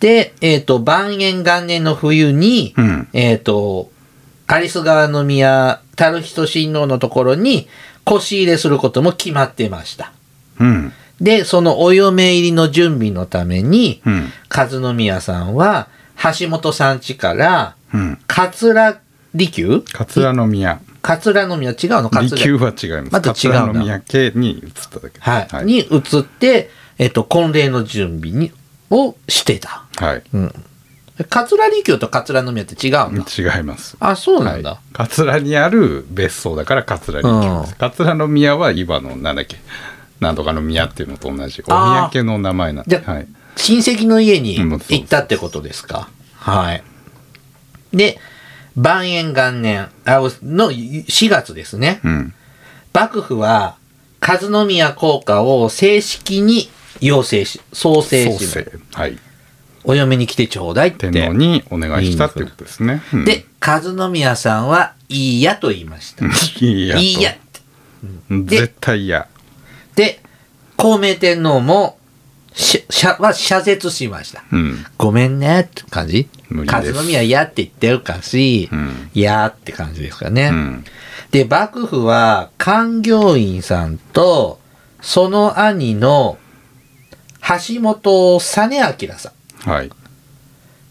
[SPEAKER 1] で、えっ、と、晩元元年の冬に、
[SPEAKER 2] うん
[SPEAKER 1] えっ、と、アリス川の宮、樽人親王のところに腰入れすることも決まってました。
[SPEAKER 2] うん
[SPEAKER 1] で、そのお嫁入りの準備のために、
[SPEAKER 2] うん
[SPEAKER 1] 和宮さんは、橋本さん家から、
[SPEAKER 2] うん
[SPEAKER 1] 桂離宮
[SPEAKER 2] 桂宮
[SPEAKER 1] 桂宮違うの
[SPEAKER 2] 離
[SPEAKER 1] 桂
[SPEAKER 2] 宮は違います
[SPEAKER 1] また違うんだ
[SPEAKER 2] 桂宮家に移っただけ
[SPEAKER 1] はい、
[SPEAKER 2] はい
[SPEAKER 1] に移って、えっ、と、婚礼の準備に、をしてた。
[SPEAKER 2] はい
[SPEAKER 1] うん。桂離宮と桂宮って違うんだ。
[SPEAKER 2] 違います。
[SPEAKER 1] あ、そうな
[SPEAKER 2] は
[SPEAKER 1] ん
[SPEAKER 2] い
[SPEAKER 1] だ。、
[SPEAKER 2] 桂にある別荘だから桂に行きます。
[SPEAKER 1] うん
[SPEAKER 2] 桂の宮は今のなんだっけ、なんとかの宮っていうのと同じお
[SPEAKER 1] あー
[SPEAKER 2] 宮家の名前なん
[SPEAKER 1] じ
[SPEAKER 2] で、
[SPEAKER 1] ゃあ
[SPEAKER 2] はい、
[SPEAKER 1] 親戚の家に
[SPEAKER 2] うんそう
[SPEAKER 1] 行ったってことですか。はい。で、万延元年あの4月ですね。
[SPEAKER 2] うん。
[SPEAKER 1] 幕府は、和宮効果を正式に要請し、創
[SPEAKER 2] 創
[SPEAKER 1] 生します
[SPEAKER 2] 世。はい。
[SPEAKER 1] お嫁に来てちょうだいって。
[SPEAKER 2] 天皇
[SPEAKER 1] で、
[SPEAKER 2] にお願いしたっていうことですね。うん、
[SPEAKER 1] 和宮さんは、いいやと言いました。
[SPEAKER 2] いいやと。
[SPEAKER 1] いいやって。で
[SPEAKER 2] 絶対嫌。
[SPEAKER 1] で、孝明天皇も、ししゃは謝絶しました。
[SPEAKER 2] うん。
[SPEAKER 1] ごめんねって感じ。
[SPEAKER 2] 無理
[SPEAKER 1] 和
[SPEAKER 2] です
[SPEAKER 1] 宮嫌って言ってるかし、
[SPEAKER 2] うん
[SPEAKER 1] 嫌って感じですかね。
[SPEAKER 2] うん。
[SPEAKER 1] で、幕府は、官業員さんと、その兄の、橋本実明さん
[SPEAKER 2] はい。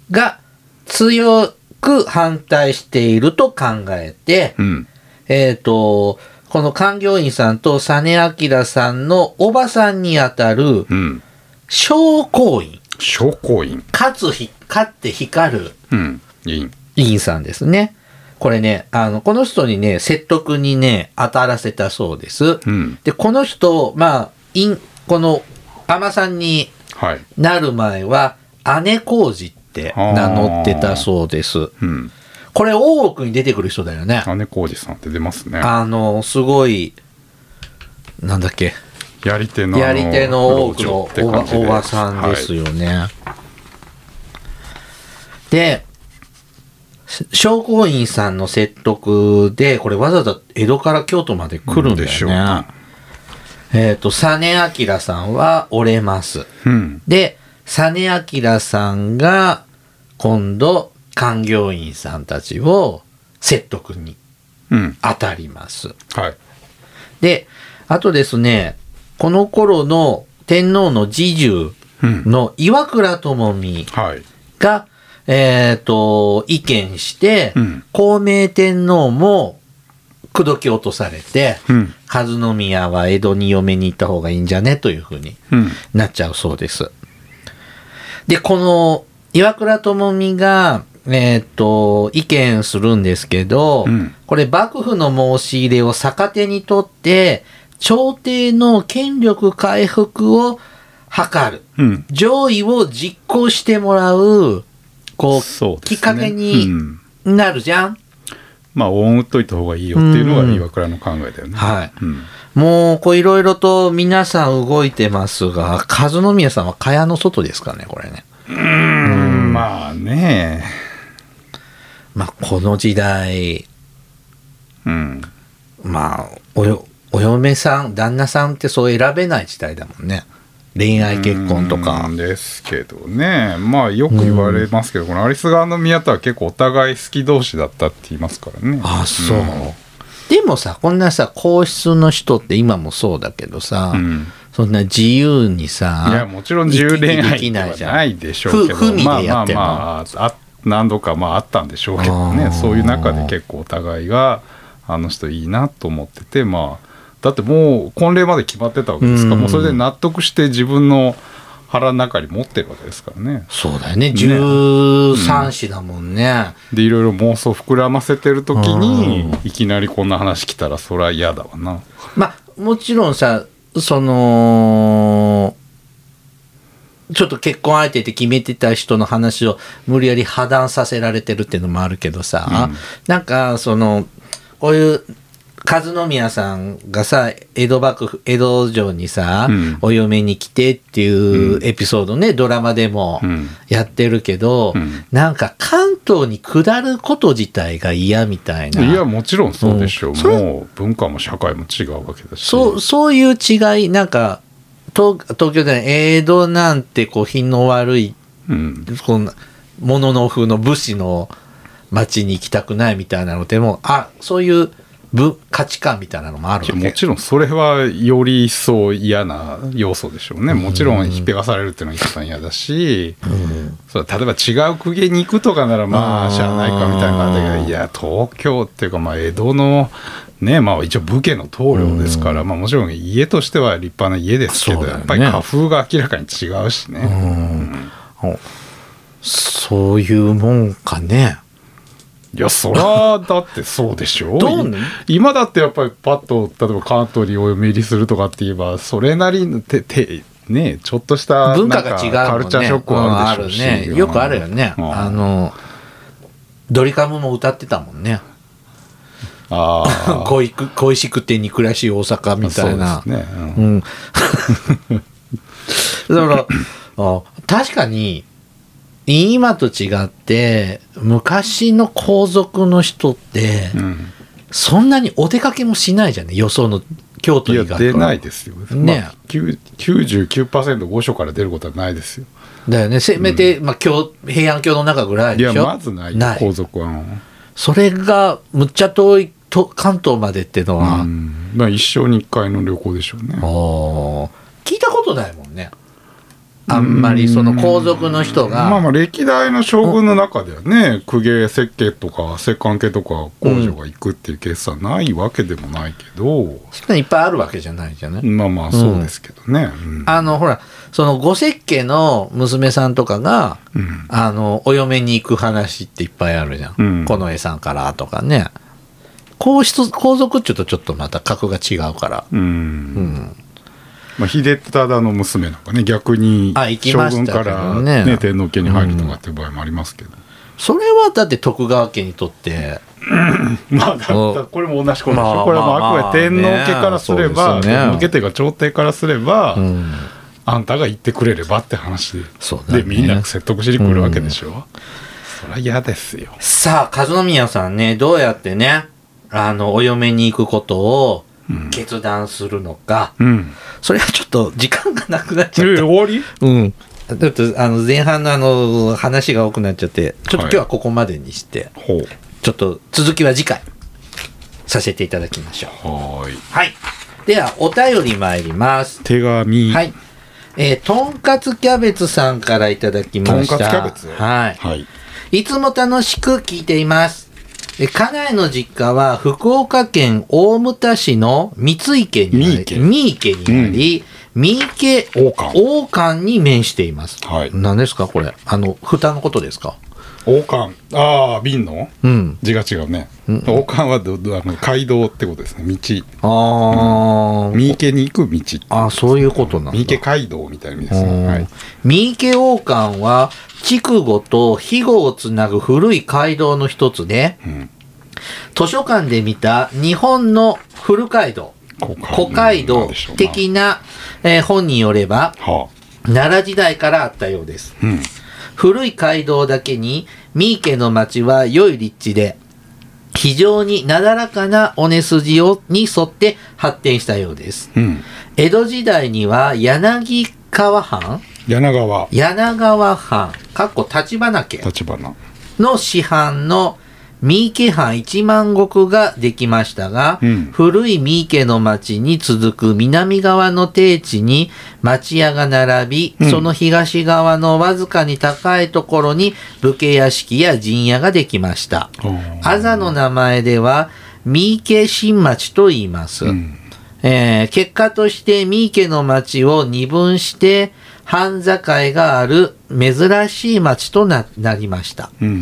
[SPEAKER 1] が、強く反対していると考えて、
[SPEAKER 2] うん。
[SPEAKER 1] えっ、と、この官業員さんと実明さんのおばさんにあたる、
[SPEAKER 2] うん。
[SPEAKER 1] 商工員、
[SPEAKER 2] 証拠院。
[SPEAKER 1] かつひ、かって光る
[SPEAKER 2] うん。院。
[SPEAKER 1] 委員さんですね。これね、あの、この人にね、説得にね、当たらせたそうです。
[SPEAKER 2] うん。
[SPEAKER 1] で、この人、まあ、イン、この、尼さんに
[SPEAKER 2] はい。
[SPEAKER 1] なる前は、姉小路って名乗ってたそうです。
[SPEAKER 2] うん。
[SPEAKER 1] これ、大奥に出てくる人だよね。
[SPEAKER 2] 姉小路さんって出ますね。
[SPEAKER 1] あの、すごい、なんだっけ、
[SPEAKER 2] やり手の。
[SPEAKER 1] やり手の大奥の
[SPEAKER 2] 老女って
[SPEAKER 1] おば
[SPEAKER 2] 感じ
[SPEAKER 1] おばさんです
[SPEAKER 2] はい
[SPEAKER 1] よね。で、商工員さんの説得で、これわざわざ江戸から京都まで来るんだよね。
[SPEAKER 2] でしょうね
[SPEAKER 1] えっ、と、実明さんは折れます。
[SPEAKER 2] うん。
[SPEAKER 1] で、実明さんが今度、官業員さんたちを説得に
[SPEAKER 2] うん。
[SPEAKER 1] 当たります。
[SPEAKER 2] はい。
[SPEAKER 1] で、あとですね、この頃の天皇の侍従
[SPEAKER 2] うん。
[SPEAKER 1] の岩倉智美
[SPEAKER 2] はい。
[SPEAKER 1] が、えっ、と、意見して、
[SPEAKER 2] うん
[SPEAKER 1] 孝明天皇も口説き落とされて、
[SPEAKER 2] うん。
[SPEAKER 1] 和宮は江戸に嫁に行った方がいいんじゃねというふうに
[SPEAKER 2] うん。
[SPEAKER 1] なっちゃうそうです。で、この岩倉智美が、えっ、と、意見するんですけど、
[SPEAKER 2] うん
[SPEAKER 1] これ幕府の申し入れを逆手にとって、朝廷の権力回復を図る。
[SPEAKER 2] うん。
[SPEAKER 1] 上位を実行してもらう、こう、
[SPEAKER 2] そうです
[SPEAKER 1] き
[SPEAKER 2] ね。
[SPEAKER 1] っかけ
[SPEAKER 2] う
[SPEAKER 1] に
[SPEAKER 2] ん
[SPEAKER 1] なるじゃん。
[SPEAKER 2] まあ、恩打っといた方がいいよっていう
[SPEAKER 1] う
[SPEAKER 2] のが
[SPEAKER 1] ん
[SPEAKER 2] 岩倉の考えだよね。
[SPEAKER 1] はい
[SPEAKER 2] うん。
[SPEAKER 1] もう、こう、いろいろと皆さん動いてますが、和宮さんは蚊帳の外ですかね、これね。
[SPEAKER 2] うん、まあね。
[SPEAKER 1] まあ、この時代、
[SPEAKER 2] うん。
[SPEAKER 1] まあおよお嫁さん旦那さんってそう選べない時代だもんね恋愛結婚とか
[SPEAKER 2] うんですけどね。まあ、よく言われますけど、この有栖川の宮とは結構お互い好き同士だったって言いますからね。
[SPEAKER 1] あそう、
[SPEAKER 2] ん
[SPEAKER 1] でもさこんなさ皇室の人って今もそうだけどさ、
[SPEAKER 2] うん
[SPEAKER 1] そんな自由にさ
[SPEAKER 2] いやもちろん自由恋愛ではないでしょうけ
[SPEAKER 1] ふ不
[SPEAKER 2] ど
[SPEAKER 1] 不
[SPEAKER 2] まあ
[SPEAKER 1] 利で
[SPEAKER 2] ま
[SPEAKER 1] や
[SPEAKER 2] あ
[SPEAKER 1] ってる
[SPEAKER 2] ま
[SPEAKER 1] の
[SPEAKER 2] ああ何度かまああったんでしょうけど
[SPEAKER 1] あ
[SPEAKER 2] ね
[SPEAKER 1] ー
[SPEAKER 2] そういう中で結構お互いがあの人いいなと思っててまあだってもう婚礼まで決まってたわけですから
[SPEAKER 1] うん
[SPEAKER 2] もうそれで納得して自分の腹の中に持ってるわけですからね。
[SPEAKER 1] そうだよね13子だもんね、
[SPEAKER 2] でいろいろ妄想膨らませてる時に
[SPEAKER 1] う
[SPEAKER 2] いきなりこんな話来たらそりゃ嫌だわな。
[SPEAKER 1] まあもちろんさそのちょっと結婚相手って決めてた人の話を無理やり破談させられてるっていうのもあるけどさ、
[SPEAKER 2] うん
[SPEAKER 1] なんかそのこういう和宮さんがさ江戸幕府江戸城にさ、
[SPEAKER 2] うん
[SPEAKER 1] お嫁に来てっていう
[SPEAKER 2] うん
[SPEAKER 1] エピソードね、ドラマでも
[SPEAKER 2] うん
[SPEAKER 1] やってるけど、
[SPEAKER 2] うん
[SPEAKER 1] なんか関東に下ること自体が嫌みたいな。
[SPEAKER 2] いやもちろんそうでしょう、
[SPEAKER 1] うんそれ
[SPEAKER 2] もう文化も社会も違うわけだし
[SPEAKER 1] そう、そういう違い、なんか、東東京で江戸なんてこう品の悪い、
[SPEAKER 2] うん、
[SPEAKER 1] こんな、ものの風の武士の町に行きたくないみたいなのでも、あ、そういうぶ価値観みたいなのもあるわけ。
[SPEAKER 2] もちろんそれはより一層嫌な要素でしょうねもちろん引っぺがされるっていうのは一番嫌だし、そう例えば違う公家に行くとかならま
[SPEAKER 1] あ
[SPEAKER 2] あ
[SPEAKER 1] ー
[SPEAKER 2] しゃあないかみたいな感じだけどいや東京っていうかまあ江戸のねまあ一応武家の棟梁ですから、まあもちろん家としては立派な家ですけど、
[SPEAKER 1] そうだよ
[SPEAKER 2] や
[SPEAKER 1] ね
[SPEAKER 2] っぱり家風が明らかに違うしね、
[SPEAKER 1] おそういうもんかね。
[SPEAKER 2] いやそらだってそうでしょ
[SPEAKER 1] どうね
[SPEAKER 2] 今だってやっぱりパッと例えば関東にお嫁入りするとかって言えばそれなりのててねちょっとした
[SPEAKER 1] 文化が違うもんね
[SPEAKER 2] なんかカルチャーショックはあるでしょうし、
[SPEAKER 1] うんあるねよくあるよね、
[SPEAKER 2] うん
[SPEAKER 1] あのドリカムも歌ってたもんね
[SPEAKER 2] あ ー
[SPEAKER 1] 恋く恋しくて憎らしい大阪みたいな
[SPEAKER 2] そうですね、うん
[SPEAKER 1] うん。だから、あ確かに、今と違って、昔の皇族の人って、
[SPEAKER 2] うん
[SPEAKER 1] そんなにお出かけもしないじゃんね、予想の京都
[SPEAKER 2] いや
[SPEAKER 1] 以外。
[SPEAKER 2] 出ないいですよ、
[SPEAKER 1] ね
[SPEAKER 2] まあ、9 99%御所から出ることはないですよ
[SPEAKER 1] だよね、せめて、まあ、京平安京の中ぐらい
[SPEAKER 2] い
[SPEAKER 1] で
[SPEAKER 2] や
[SPEAKER 1] しょ。
[SPEAKER 2] まずない
[SPEAKER 1] ない
[SPEAKER 2] 皇族は、うん
[SPEAKER 1] それが、むっちゃ遠いと関東までってのは、
[SPEAKER 2] うんまあ一生に一回の旅行でしょうね
[SPEAKER 1] おー聞いたことないもんね。あんまりその皇族の人が。
[SPEAKER 2] まあまあ歴代の将軍の中ではね公家設計とか摂関系とか工場が行くっていうケースはないわけでもないけど、
[SPEAKER 1] そんなにいっぱいあるわけじゃないじゃない、
[SPEAKER 2] まあまあそうですけどね、うん
[SPEAKER 1] あの、ほら、その、ご設計の娘さんとかが、
[SPEAKER 2] うん
[SPEAKER 1] あの、お嫁に行く話っていっぱいあるじゃん。
[SPEAKER 2] うん
[SPEAKER 1] この絵さんからとかね。皇室、皇族っていうとちょっとまた格が違うから。
[SPEAKER 2] うん
[SPEAKER 1] うん。
[SPEAKER 2] まあ、秀忠の娘なんかね逆に
[SPEAKER 1] あ行き
[SPEAKER 2] 将
[SPEAKER 1] まし
[SPEAKER 2] 軍
[SPEAKER 1] たけ
[SPEAKER 2] か
[SPEAKER 1] ど
[SPEAKER 2] ら、
[SPEAKER 1] ね
[SPEAKER 2] ね天皇家に入るとかっていう場合もありますけど、
[SPEAKER 1] それはだって徳川家にとって、
[SPEAKER 2] まあだったこれも同じことでしょ、
[SPEAKER 1] まあ
[SPEAKER 2] これはもうあくまで天皇
[SPEAKER 1] まあまあね
[SPEAKER 2] 家からすれ
[SPEAKER 1] そ
[SPEAKER 2] ば、
[SPEAKER 1] うですよね
[SPEAKER 2] 天皇家というか朝廷からすれば、
[SPEAKER 1] うん。
[SPEAKER 2] あんたが言ってくれればって話で
[SPEAKER 1] そうだね
[SPEAKER 2] でみんな説得しに来るわけでしょ、そりゃ嫌ですよ
[SPEAKER 1] さあ、和宮さんね、どうやってね、あの、お嫁に行くことを決断するのか。
[SPEAKER 2] うん
[SPEAKER 1] それはちょっと時間がなくなっちゃった
[SPEAKER 2] え終わり
[SPEAKER 1] うん。ちょっとあの前半のあの話が多くなっちゃって、ちょっと今日はここまでにして、
[SPEAKER 2] ほう
[SPEAKER 1] ちょっと続きは次回させていただきましょう。
[SPEAKER 2] はーい
[SPEAKER 1] はい。では、お便り参ります。
[SPEAKER 2] 手紙
[SPEAKER 1] はい。えー、とんかつキャベツさんからいただきました。
[SPEAKER 2] とんかつキャベツ
[SPEAKER 1] はい。
[SPEAKER 2] はい
[SPEAKER 1] いつも楽しく聞いています。え家内の実家は福岡県大牟田市の三井家にあ
[SPEAKER 2] 三
[SPEAKER 1] り、三
[SPEAKER 2] 井家
[SPEAKER 1] 井家にあり、三井家
[SPEAKER 2] 王冠
[SPEAKER 1] 王冠に面しています。
[SPEAKER 2] はい
[SPEAKER 1] 何ですかこれ。あの、蓋のことですか
[SPEAKER 2] 王冠ああ瓶の
[SPEAKER 1] うん。
[SPEAKER 2] 字が違うね、王冠はどどあの街道ってことですね道
[SPEAKER 1] あー、
[SPEAKER 2] 三池に行く道
[SPEAKER 1] あ、そういうことなんだ。
[SPEAKER 2] 三池街道みたいな意味ですね、は
[SPEAKER 1] 三
[SPEAKER 2] い、
[SPEAKER 1] 池王冠は、筑後と肥後をつなぐ古い街道の一つで、
[SPEAKER 2] うん
[SPEAKER 1] 図書館で見た日本の古街道、
[SPEAKER 2] 古街
[SPEAKER 1] 古街道的な、えー本によれば、
[SPEAKER 2] は
[SPEAKER 1] 奈良時代からあったようです。
[SPEAKER 2] あうん
[SPEAKER 1] 古い街道だけに、三池の町は良い立地で、非常になだらかな尾根筋をに沿って発展したようです。
[SPEAKER 2] うん
[SPEAKER 1] 江戸時代には柳川藩
[SPEAKER 2] 柳川
[SPEAKER 1] 柳川藩、かっこ立花家
[SPEAKER 2] 立花
[SPEAKER 1] の市販の三池藩一万石ができましたが、
[SPEAKER 2] うん
[SPEAKER 1] 古い三池の町に続く南側の低地に町屋が並び、
[SPEAKER 2] うん
[SPEAKER 1] その東側のわずかに高いところに武家屋敷や陣屋ができました。あざの名前では、三池新町と言います。
[SPEAKER 2] うん
[SPEAKER 1] えー結果として三池の町を二分して、半境がある珍しい町とななりました。
[SPEAKER 2] うん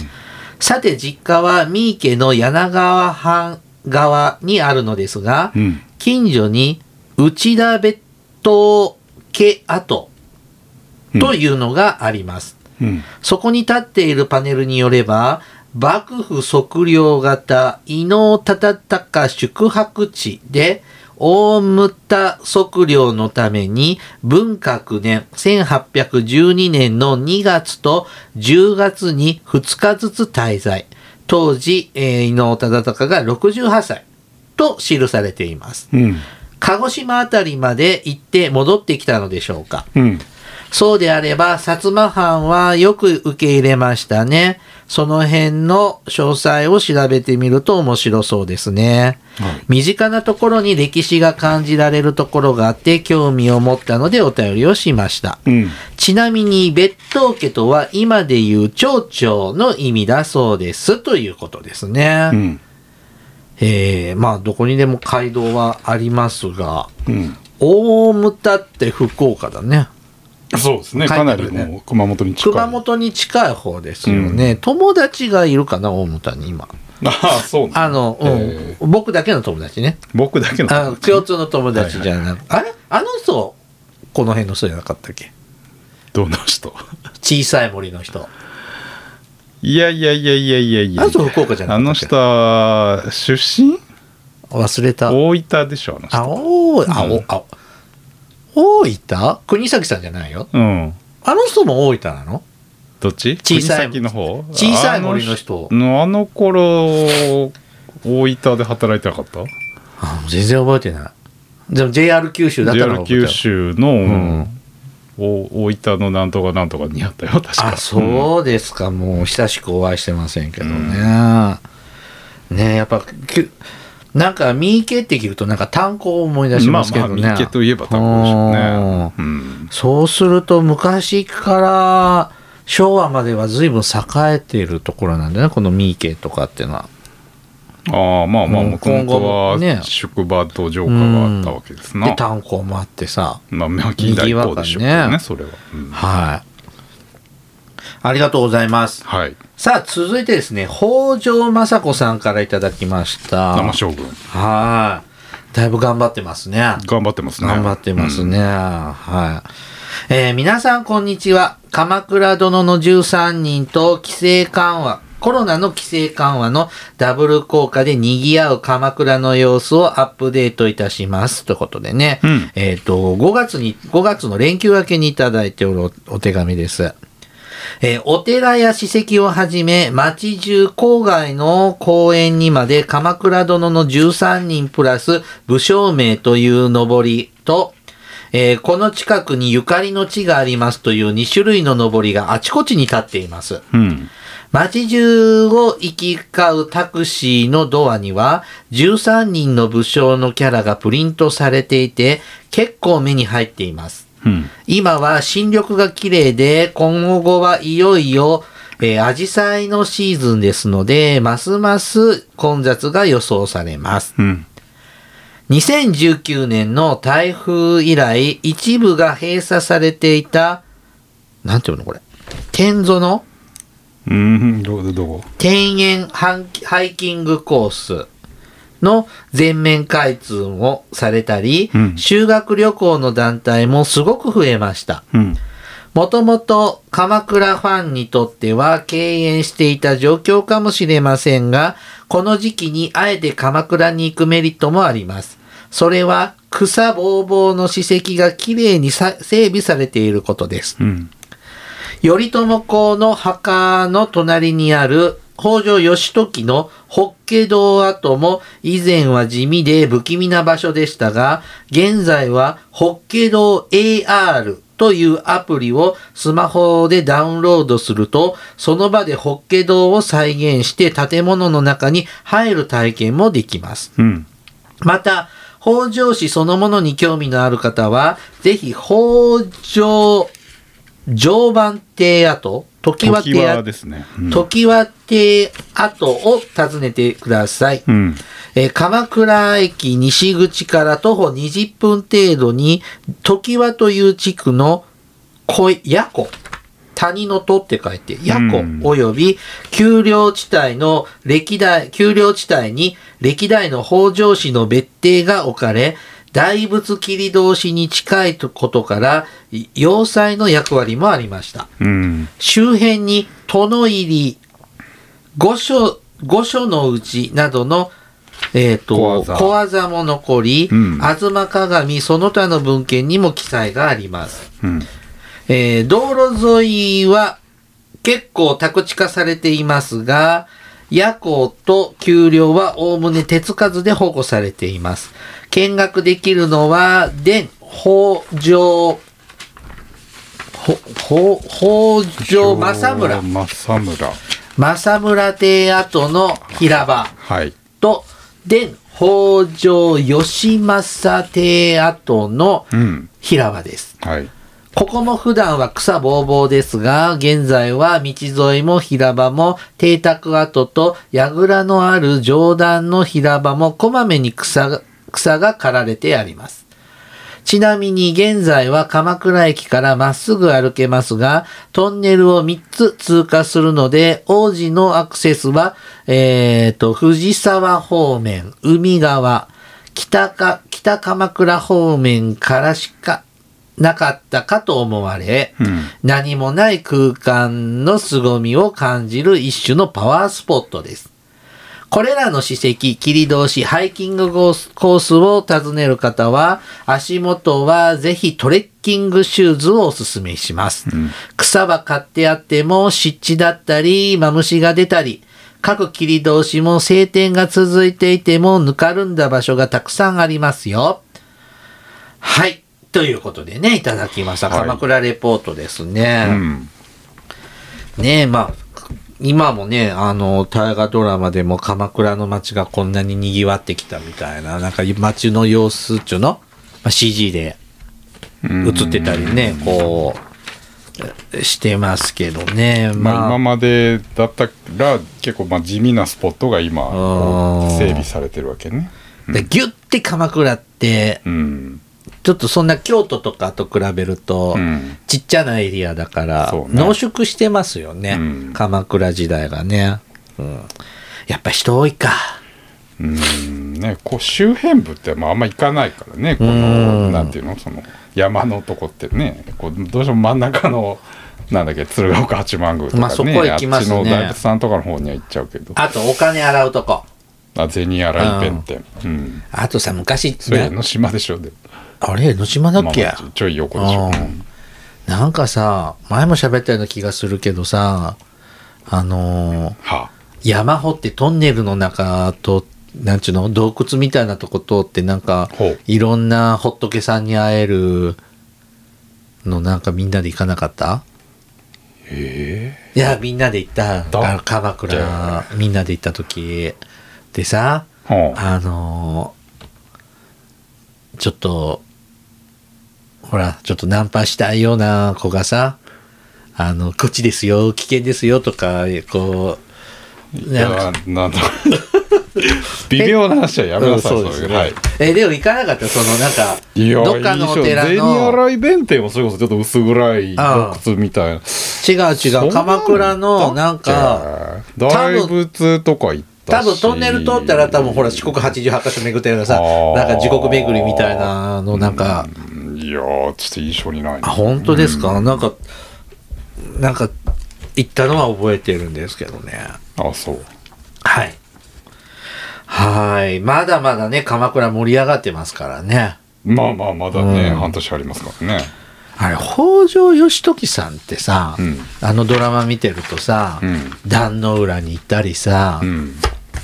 [SPEAKER 1] さて実家は三池の柳川藩側にあるのですが、
[SPEAKER 2] うん
[SPEAKER 1] 近所に内田別当家跡というのがあります。
[SPEAKER 2] うん
[SPEAKER 1] そこに立っているパネルによれば、幕府測量型伊能忠敬宿泊地で、大牟田測量のために文化9年1812年の2月と10月に2日ずつ滞在。当時、えー伊能忠敬が68歳と記されています。
[SPEAKER 2] うん
[SPEAKER 1] 鹿児島あたりまで行って戻ってきたのでしょうか。
[SPEAKER 2] うん
[SPEAKER 1] そうであれば、薩摩藩はよく受け入れましたね。その辺の詳細を調べてみると面白そうですね。
[SPEAKER 2] はい
[SPEAKER 1] 身近なところに歴史が感じられるところがあって興味を持ったのでお便りをしました。
[SPEAKER 2] うん
[SPEAKER 1] ちなみに、別当家とは今でいう町長の意味だそうです。ということですね。
[SPEAKER 2] うん
[SPEAKER 1] えー、まあ、どこにでも街道はありますが、
[SPEAKER 2] うん
[SPEAKER 1] 大牟田って福岡だね。
[SPEAKER 2] そうですね
[SPEAKER 1] 書い
[SPEAKER 2] か
[SPEAKER 1] てあ
[SPEAKER 2] な
[SPEAKER 1] るね
[SPEAKER 2] りもう熊本に近い
[SPEAKER 1] 熊本に近い方ですよね、友達がいるかな大牟田に今
[SPEAKER 2] ああそうね
[SPEAKER 1] あの、うん
[SPEAKER 2] えー
[SPEAKER 1] 僕だけの友達ね
[SPEAKER 2] 僕だけの
[SPEAKER 1] あの共通の友達じゃなく、あれあの人この辺の人じゃなかったっけ
[SPEAKER 2] どの人
[SPEAKER 1] 小さい森の人。
[SPEAKER 2] いやいやいやいやいやいや
[SPEAKER 1] あの人福岡じゃな
[SPEAKER 2] あ
[SPEAKER 1] か
[SPEAKER 2] の
[SPEAKER 1] ったっけ
[SPEAKER 2] 人は出身
[SPEAKER 1] 忘れた。
[SPEAKER 2] 大分でしょあの人
[SPEAKER 1] あおー、あ
[SPEAKER 2] う
[SPEAKER 1] お
[SPEAKER 2] ん、
[SPEAKER 1] あお。大分国崎さんじゃないよ。
[SPEAKER 2] うん
[SPEAKER 1] あの人も大分なの
[SPEAKER 2] どっち
[SPEAKER 1] 小さい
[SPEAKER 2] 国崎の方
[SPEAKER 1] 小さい森の人
[SPEAKER 2] あのあの頃大分で働いてなかった
[SPEAKER 1] あ全然覚えてない。でも JR 九州だったら
[SPEAKER 2] JR
[SPEAKER 1] 覚えて
[SPEAKER 2] 九
[SPEAKER 1] る。
[SPEAKER 2] 州の、
[SPEAKER 1] ん
[SPEAKER 2] お大分のなんとかなんとかにあったよ確か
[SPEAKER 1] あ、そうですか。もう親しくお会いしてませんけどね。ねえやっぱ、きゅなんか、三池って聞くと、なんか炭鉱を思い出し
[SPEAKER 2] ま
[SPEAKER 1] ま
[SPEAKER 2] あ
[SPEAKER 1] すけ
[SPEAKER 2] ま
[SPEAKER 1] ど
[SPEAKER 2] あ
[SPEAKER 1] ね。
[SPEAKER 2] 三池といえば多分でしょうね
[SPEAKER 1] う
[SPEAKER 2] うんん
[SPEAKER 1] そうすると、昔から昭和までは随分栄えているところなんだね、この三池とかっていうのは。
[SPEAKER 2] ああまあまあ
[SPEAKER 1] うん
[SPEAKER 2] もとも
[SPEAKER 1] 今
[SPEAKER 2] と
[SPEAKER 1] 後もね
[SPEAKER 2] は宿場と城下があったわけですな、
[SPEAKER 1] で、炭鉱もあってさ。
[SPEAKER 2] まあ、まあ近代以降でし
[SPEAKER 1] に
[SPEAKER 2] ょうけど
[SPEAKER 1] ぎわか
[SPEAKER 2] ね
[SPEAKER 1] ね
[SPEAKER 2] それは、うん
[SPEAKER 1] はい。ありがとうございます。
[SPEAKER 2] はい
[SPEAKER 1] さあ、続いてですね、北条政子さんからいただきました。
[SPEAKER 2] 生将軍
[SPEAKER 1] はい。だいぶ頑張ってますね。
[SPEAKER 2] 頑張ってますね
[SPEAKER 1] 頑張ってますね。はい。えー皆さんこんにちは。鎌倉殿の13人と規制緩和、コロナの規制緩和のダブル効果で賑わう鎌倉の様子をアップデートいたします。ということでね。
[SPEAKER 2] うん
[SPEAKER 1] えっ、と、5月に、5月の連休明けにいただいておるおお手紙です。えーお寺や史跡をはじめ、町中郊外の公園にまで鎌倉殿の13人プラス武将名という上りと、えーこの近くにゆかりの地がありますという2種類の上りがあちこちに立っています。
[SPEAKER 2] うん、うん
[SPEAKER 1] 街中を行き交うタクシーのドアには13人の武将のキャラがプリントされていて結構目に入っています。
[SPEAKER 2] うん
[SPEAKER 1] 今は新緑が綺麗で、今後はいよいよ、えー、アジサイのシーズンですので、ますます混雑が予想されます。
[SPEAKER 2] うん
[SPEAKER 1] 2019年の台風以来、一部が閉鎖されていた、なんていうのこれ、天園の
[SPEAKER 2] うんどこどこ
[SPEAKER 1] 天園ハンハイキングコースの全面開通をされたり、
[SPEAKER 2] うん
[SPEAKER 1] 修学旅行の団体もすごく増えました。
[SPEAKER 2] うん
[SPEAKER 1] もともと鎌倉ファンにとっては敬遠していた状況かもしれませんが、この時期にあえて鎌倉に行くメリットもあります。それは草ぼうぼうの史跡がきれいにさ整備されていることです。
[SPEAKER 2] うん
[SPEAKER 1] 頼朝公の墓の隣にある北条義時の法華堂跡も以前は地味で不気味な場所でしたが、現在は法華堂 AR というアプリをスマホでダウンロードすると、その場で法華堂を再現して建物の中に入る体験もできます。
[SPEAKER 2] うん
[SPEAKER 1] また、北条氏そのものに興味のある方は、ぜひ北条常磐邸跡、時は
[SPEAKER 2] 時
[SPEAKER 1] 邸
[SPEAKER 2] は
[SPEAKER 1] 跡、
[SPEAKER 2] ですねうん
[SPEAKER 1] 時は邸跡を訪ねてください。
[SPEAKER 2] うん
[SPEAKER 1] えー鎌倉駅西口から徒歩20分程度に、時はという地区の小屋湖、谷の戸って書いて、屋湖
[SPEAKER 2] うん
[SPEAKER 1] および丘陵地帯の歴代、丘陵地帯に歴代の北条氏の別邸が置かれ、大仏切り通しに近いことから、い要塞の役割もありました。
[SPEAKER 2] うん
[SPEAKER 1] 周辺に殿入り御所御所のうちなどのえー、と
[SPEAKER 2] 小
[SPEAKER 1] 小
[SPEAKER 2] 技
[SPEAKER 1] 技も残り、
[SPEAKER 2] うん
[SPEAKER 1] 東鏡その他の文献にも記載があります、
[SPEAKER 2] うん
[SPEAKER 1] えー道路沿いは結構宅地化されていますが夜行と丘陵はおおむね手つかずで保護されています見学できるのは伝北条ほほ北条政村
[SPEAKER 2] 政村
[SPEAKER 1] 政村邸跡の平場
[SPEAKER 2] はい
[SPEAKER 1] と、伝北条義政邸跡の
[SPEAKER 2] うん
[SPEAKER 1] 平場です。
[SPEAKER 2] はい
[SPEAKER 1] ここも普段は草ぼうぼうですが、現在は道沿いも平場も、邸宅跡と櫓のある上段の平場もこまめに草が草が刈られてあります。ちなみに現在は鎌倉駅からまっすぐ歩けますが、トンネルを3つ通過するので、王子のアクセスは、えー、と、藤沢方面、海側、北か、北鎌倉方面からしかなかったかと思われ、
[SPEAKER 2] うん
[SPEAKER 1] 何もない空間の凄みを感じる一種のパワースポットです。これらの史跡、切り通し、ハイキングコースコースを訪ねる方は、足元はぜひトレッキングシューズをおすすめします。草は買ってあっても湿地だったり、マムシが出たり、各切り通しも晴天が続いていてもぬかるんだ場所がたくさんありますよ。はい。ということでね、いただきました。
[SPEAKER 2] はい
[SPEAKER 1] 鎌倉レポートですね。
[SPEAKER 2] うん
[SPEAKER 1] ねえ、まあ、今もね、あの、大河ドラマでも鎌倉の街がこんなに賑わってきたみたいな、なんか街の様子っちゅうの、まあ、CG で映ってたりね、こう、してますけどね。
[SPEAKER 2] まあ、
[SPEAKER 1] ま
[SPEAKER 2] 今
[SPEAKER 1] あ、
[SPEAKER 2] までだったら結構まあ地味なスポットが今
[SPEAKER 1] うん
[SPEAKER 2] 整備されてるわけね。
[SPEAKER 1] でギュッて鎌倉って、
[SPEAKER 2] うん、
[SPEAKER 1] ちょっとそんな京都とかと比べると、
[SPEAKER 2] うん
[SPEAKER 1] ちっちゃなエリアだから、
[SPEAKER 2] そうね
[SPEAKER 1] 濃縮してますよね、
[SPEAKER 2] うん
[SPEAKER 1] 鎌倉時代がね。うん、やっぱ人多いか。
[SPEAKER 2] うんね、こう周辺部ってまああんま行かないからねこ
[SPEAKER 1] うん
[SPEAKER 2] のなんていうのその山のとこってねこうどうしても真ん中の なんだっけ鶴岡八幡宮とかね,、
[SPEAKER 1] まあそこ行きますね
[SPEAKER 2] あっちの大仏さんとかの方には行っちゃうけど
[SPEAKER 1] あと、お金洗うとこ。
[SPEAKER 2] あ銭洗い弁天、うん、
[SPEAKER 1] あとさ、昔、
[SPEAKER 2] それ江ノ島でしょで
[SPEAKER 1] あれ、江ノ島だっけ、
[SPEAKER 2] まあまあちょい横でしょ、
[SPEAKER 1] うんなんかさ、前も喋ったような気がするけどさ、あのー
[SPEAKER 2] は
[SPEAKER 1] 山掘ってトンネルの中と、なんちゅうの、洞窟みたいなとこ通って、なんか
[SPEAKER 2] ほう、
[SPEAKER 1] いろんなほっとけさんに会えるの、なんかみんなで行かなかった
[SPEAKER 2] ええ
[SPEAKER 1] いや、みんなで行った。
[SPEAKER 2] だっけ
[SPEAKER 1] あの鎌倉、みんなで行った時。でさ、
[SPEAKER 2] はあ、
[SPEAKER 1] あのーちょっと、ほら、ちょっとナンパしたいような子がさ、あの、こっちですよ、危険ですよとか、こう、
[SPEAKER 2] いやなん だ微妙な話はやめなさい、
[SPEAKER 1] うんそうです
[SPEAKER 2] それ
[SPEAKER 1] ね
[SPEAKER 2] はい
[SPEAKER 1] え、でも行かなかった、その、なんか、
[SPEAKER 2] いや
[SPEAKER 1] どっかのお寺
[SPEAKER 2] いいでしょ
[SPEAKER 1] の、
[SPEAKER 2] 銭洗い弁天もそれこそちょっと薄暗い洞窟みたいな
[SPEAKER 1] 違う違う、鎌倉の、なんか、
[SPEAKER 2] 大仏とか行った
[SPEAKER 1] 多
[SPEAKER 2] し
[SPEAKER 1] 分トンネル通ったら多分ほら四国88カ所巡ったようなさ
[SPEAKER 2] あー
[SPEAKER 1] なんか地獄巡りみたいなのなんか
[SPEAKER 2] うんいやーちょっと印象にな
[SPEAKER 1] あ
[SPEAKER 2] いな
[SPEAKER 1] 本当ですか、なんかなんか行ったのは覚えてるんですけどね
[SPEAKER 2] あそう
[SPEAKER 1] はいはいまだまだね鎌倉盛り上がってますからね
[SPEAKER 2] まあまあまだね、
[SPEAKER 1] うん
[SPEAKER 2] 半年ありますからね
[SPEAKER 1] あれ北条義時さんってさ、
[SPEAKER 2] うん
[SPEAKER 1] あのドラマ見てるとさ、
[SPEAKER 2] うん
[SPEAKER 1] 壇の浦に行ったりさ、
[SPEAKER 2] うん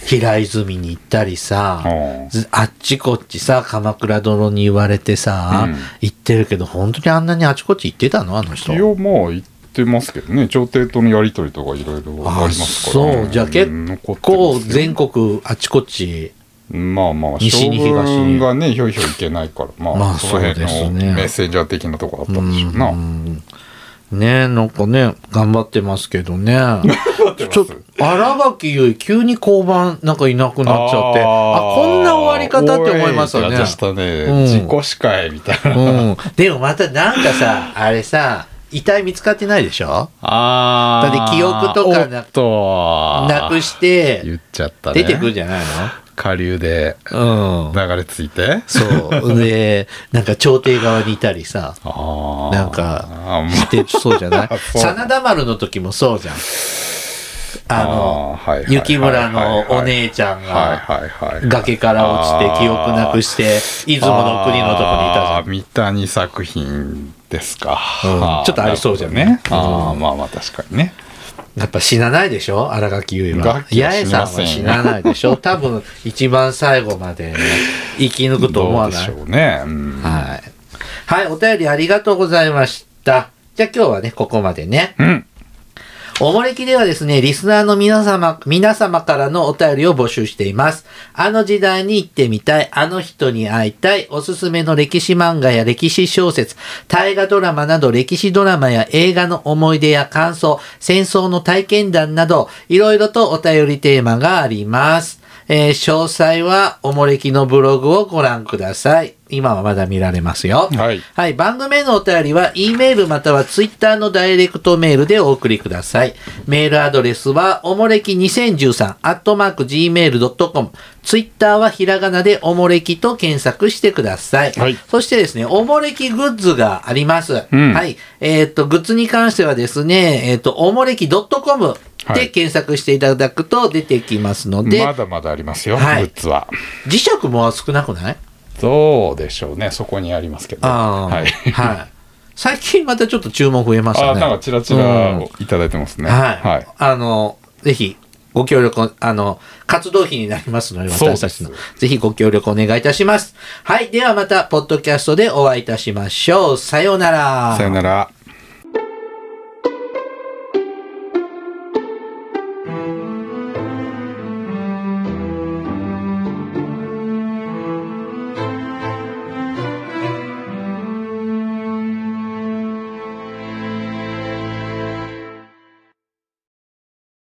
[SPEAKER 1] 平泉に行ったりさ、
[SPEAKER 2] あー
[SPEAKER 1] ずあっちこっちさ鎌倉殿に言われてさ、
[SPEAKER 2] うん
[SPEAKER 1] 行ってるけど本当にあんなにあちこち行ってたのあの人
[SPEAKER 2] いやまあ行ってますけどね朝廷とのやり取りとかいろいろありますから、ね、
[SPEAKER 1] そうじゃあ結
[SPEAKER 2] 残って
[SPEAKER 1] 構
[SPEAKER 2] ますよ
[SPEAKER 1] 全国あちこち
[SPEAKER 2] まあまあ
[SPEAKER 1] 西
[SPEAKER 2] 将
[SPEAKER 1] に東に
[SPEAKER 2] 軍がねひょいひょい行けないからまあ、
[SPEAKER 1] まあ
[SPEAKER 2] その辺
[SPEAKER 1] そうです
[SPEAKER 2] の
[SPEAKER 1] ね
[SPEAKER 2] メッセンジャー的なとこあったんでしょうな、
[SPEAKER 1] うんねなんかね頑張ってますけどね
[SPEAKER 2] ってます
[SPEAKER 1] ちょっと荒垣結衣急に交番なんかいなくなっちゃってあ
[SPEAKER 2] ー
[SPEAKER 1] こんな終わり方って思いました
[SPEAKER 2] お
[SPEAKER 1] ね
[SPEAKER 2] ーって感じしたね、
[SPEAKER 1] うん
[SPEAKER 2] 自己司会みたいな、
[SPEAKER 1] うん、でもまたなんかさあれさ遺体見つかってないでしょ
[SPEAKER 2] あ
[SPEAKER 1] ーだって記憶とかな
[SPEAKER 2] なと
[SPEAKER 1] なくして
[SPEAKER 2] 言っちゃったね
[SPEAKER 1] 出てくるんじゃない
[SPEAKER 2] 下流で
[SPEAKER 1] のうん
[SPEAKER 2] 流れ着いて
[SPEAKER 1] そう。で、なんか朝廷側にいたりさ、
[SPEAKER 2] あー
[SPEAKER 1] なんか
[SPEAKER 2] あーま
[SPEAKER 1] してそうじゃ ない
[SPEAKER 2] そう
[SPEAKER 1] 真田丸の時もそうじゃん。あの
[SPEAKER 2] あ、ーはいはいはい
[SPEAKER 1] 雪村のお姉ちゃん
[SPEAKER 2] はい
[SPEAKER 1] が
[SPEAKER 2] はいはい
[SPEAKER 1] 崖から落ちて記憶なくして、出雲の国のとこにいたじゃ
[SPEAKER 2] あ
[SPEAKER 1] ん
[SPEAKER 2] ー。三谷作品ですか、
[SPEAKER 1] うん
[SPEAKER 2] は
[SPEAKER 1] ちょっとありそうじゃん
[SPEAKER 2] なるほどねああまあまあ確かにね
[SPEAKER 1] やっぱ死なないでしょ荒垣結衣は。
[SPEAKER 2] 荒垣は
[SPEAKER 1] 八重
[SPEAKER 2] 死に
[SPEAKER 1] さんは
[SPEAKER 2] ませんよ
[SPEAKER 1] 死なないでしょ多分一番最後まで生き抜くと思
[SPEAKER 2] ど
[SPEAKER 1] わ
[SPEAKER 2] うで
[SPEAKER 1] ない
[SPEAKER 2] しょうね、うん
[SPEAKER 1] はい。はい、お便りありがとうございました。じゃあ今日はね、ここまでね。
[SPEAKER 2] うん
[SPEAKER 1] おもれきではですね、リスナーの皆様、皆様からのお便りを募集しています。あの時代に行ってみたい、あの人に会いたい、おすすめの歴史漫画や歴史小説、大河ドラマなど歴史ドラマや映画の思い出や感想、戦争の体験談など、いろいろとお便りテーマがあります。えー詳細はおもれきのブログをご覧ください。今はまだ見られますよ。
[SPEAKER 2] はい
[SPEAKER 1] はい。番組へのお便りは、E メールまたは Twitter のダイレクトメールでお送りください。メールアドレスは、おもれき2013、アットマーク gmail.com。Twitter はひらがなでおもれきと検索してください。
[SPEAKER 2] はい
[SPEAKER 1] そしてですね、おもれきグッズがあります。
[SPEAKER 2] ん
[SPEAKER 1] はい。えーっと、グッズに関してはですね、えーっと、おもれき .com
[SPEAKER 2] は
[SPEAKER 1] で
[SPEAKER 2] い
[SPEAKER 1] 検索していただくと出てきますので、
[SPEAKER 2] まだまだありますよ、
[SPEAKER 1] はい
[SPEAKER 2] グッズは。
[SPEAKER 1] 磁石も少なくない
[SPEAKER 2] どうでしょうね、そこにありますけど。
[SPEAKER 1] ああー、
[SPEAKER 2] はい。
[SPEAKER 1] はい。最近またちょっと注文増えましたね。
[SPEAKER 2] あーなんかちらち
[SPEAKER 1] うん
[SPEAKER 2] らいただいてますね。
[SPEAKER 1] はい。
[SPEAKER 2] はい。
[SPEAKER 1] あの、ぜひ、ご協力を、あの、活動費になりますので、
[SPEAKER 2] そうで
[SPEAKER 1] 私
[SPEAKER 2] す
[SPEAKER 1] たちの、ぜひご協力お願いいたします。はい。ではまた、ポッドキャストでお会いいたしましょう。さようなら。
[SPEAKER 2] さよなら。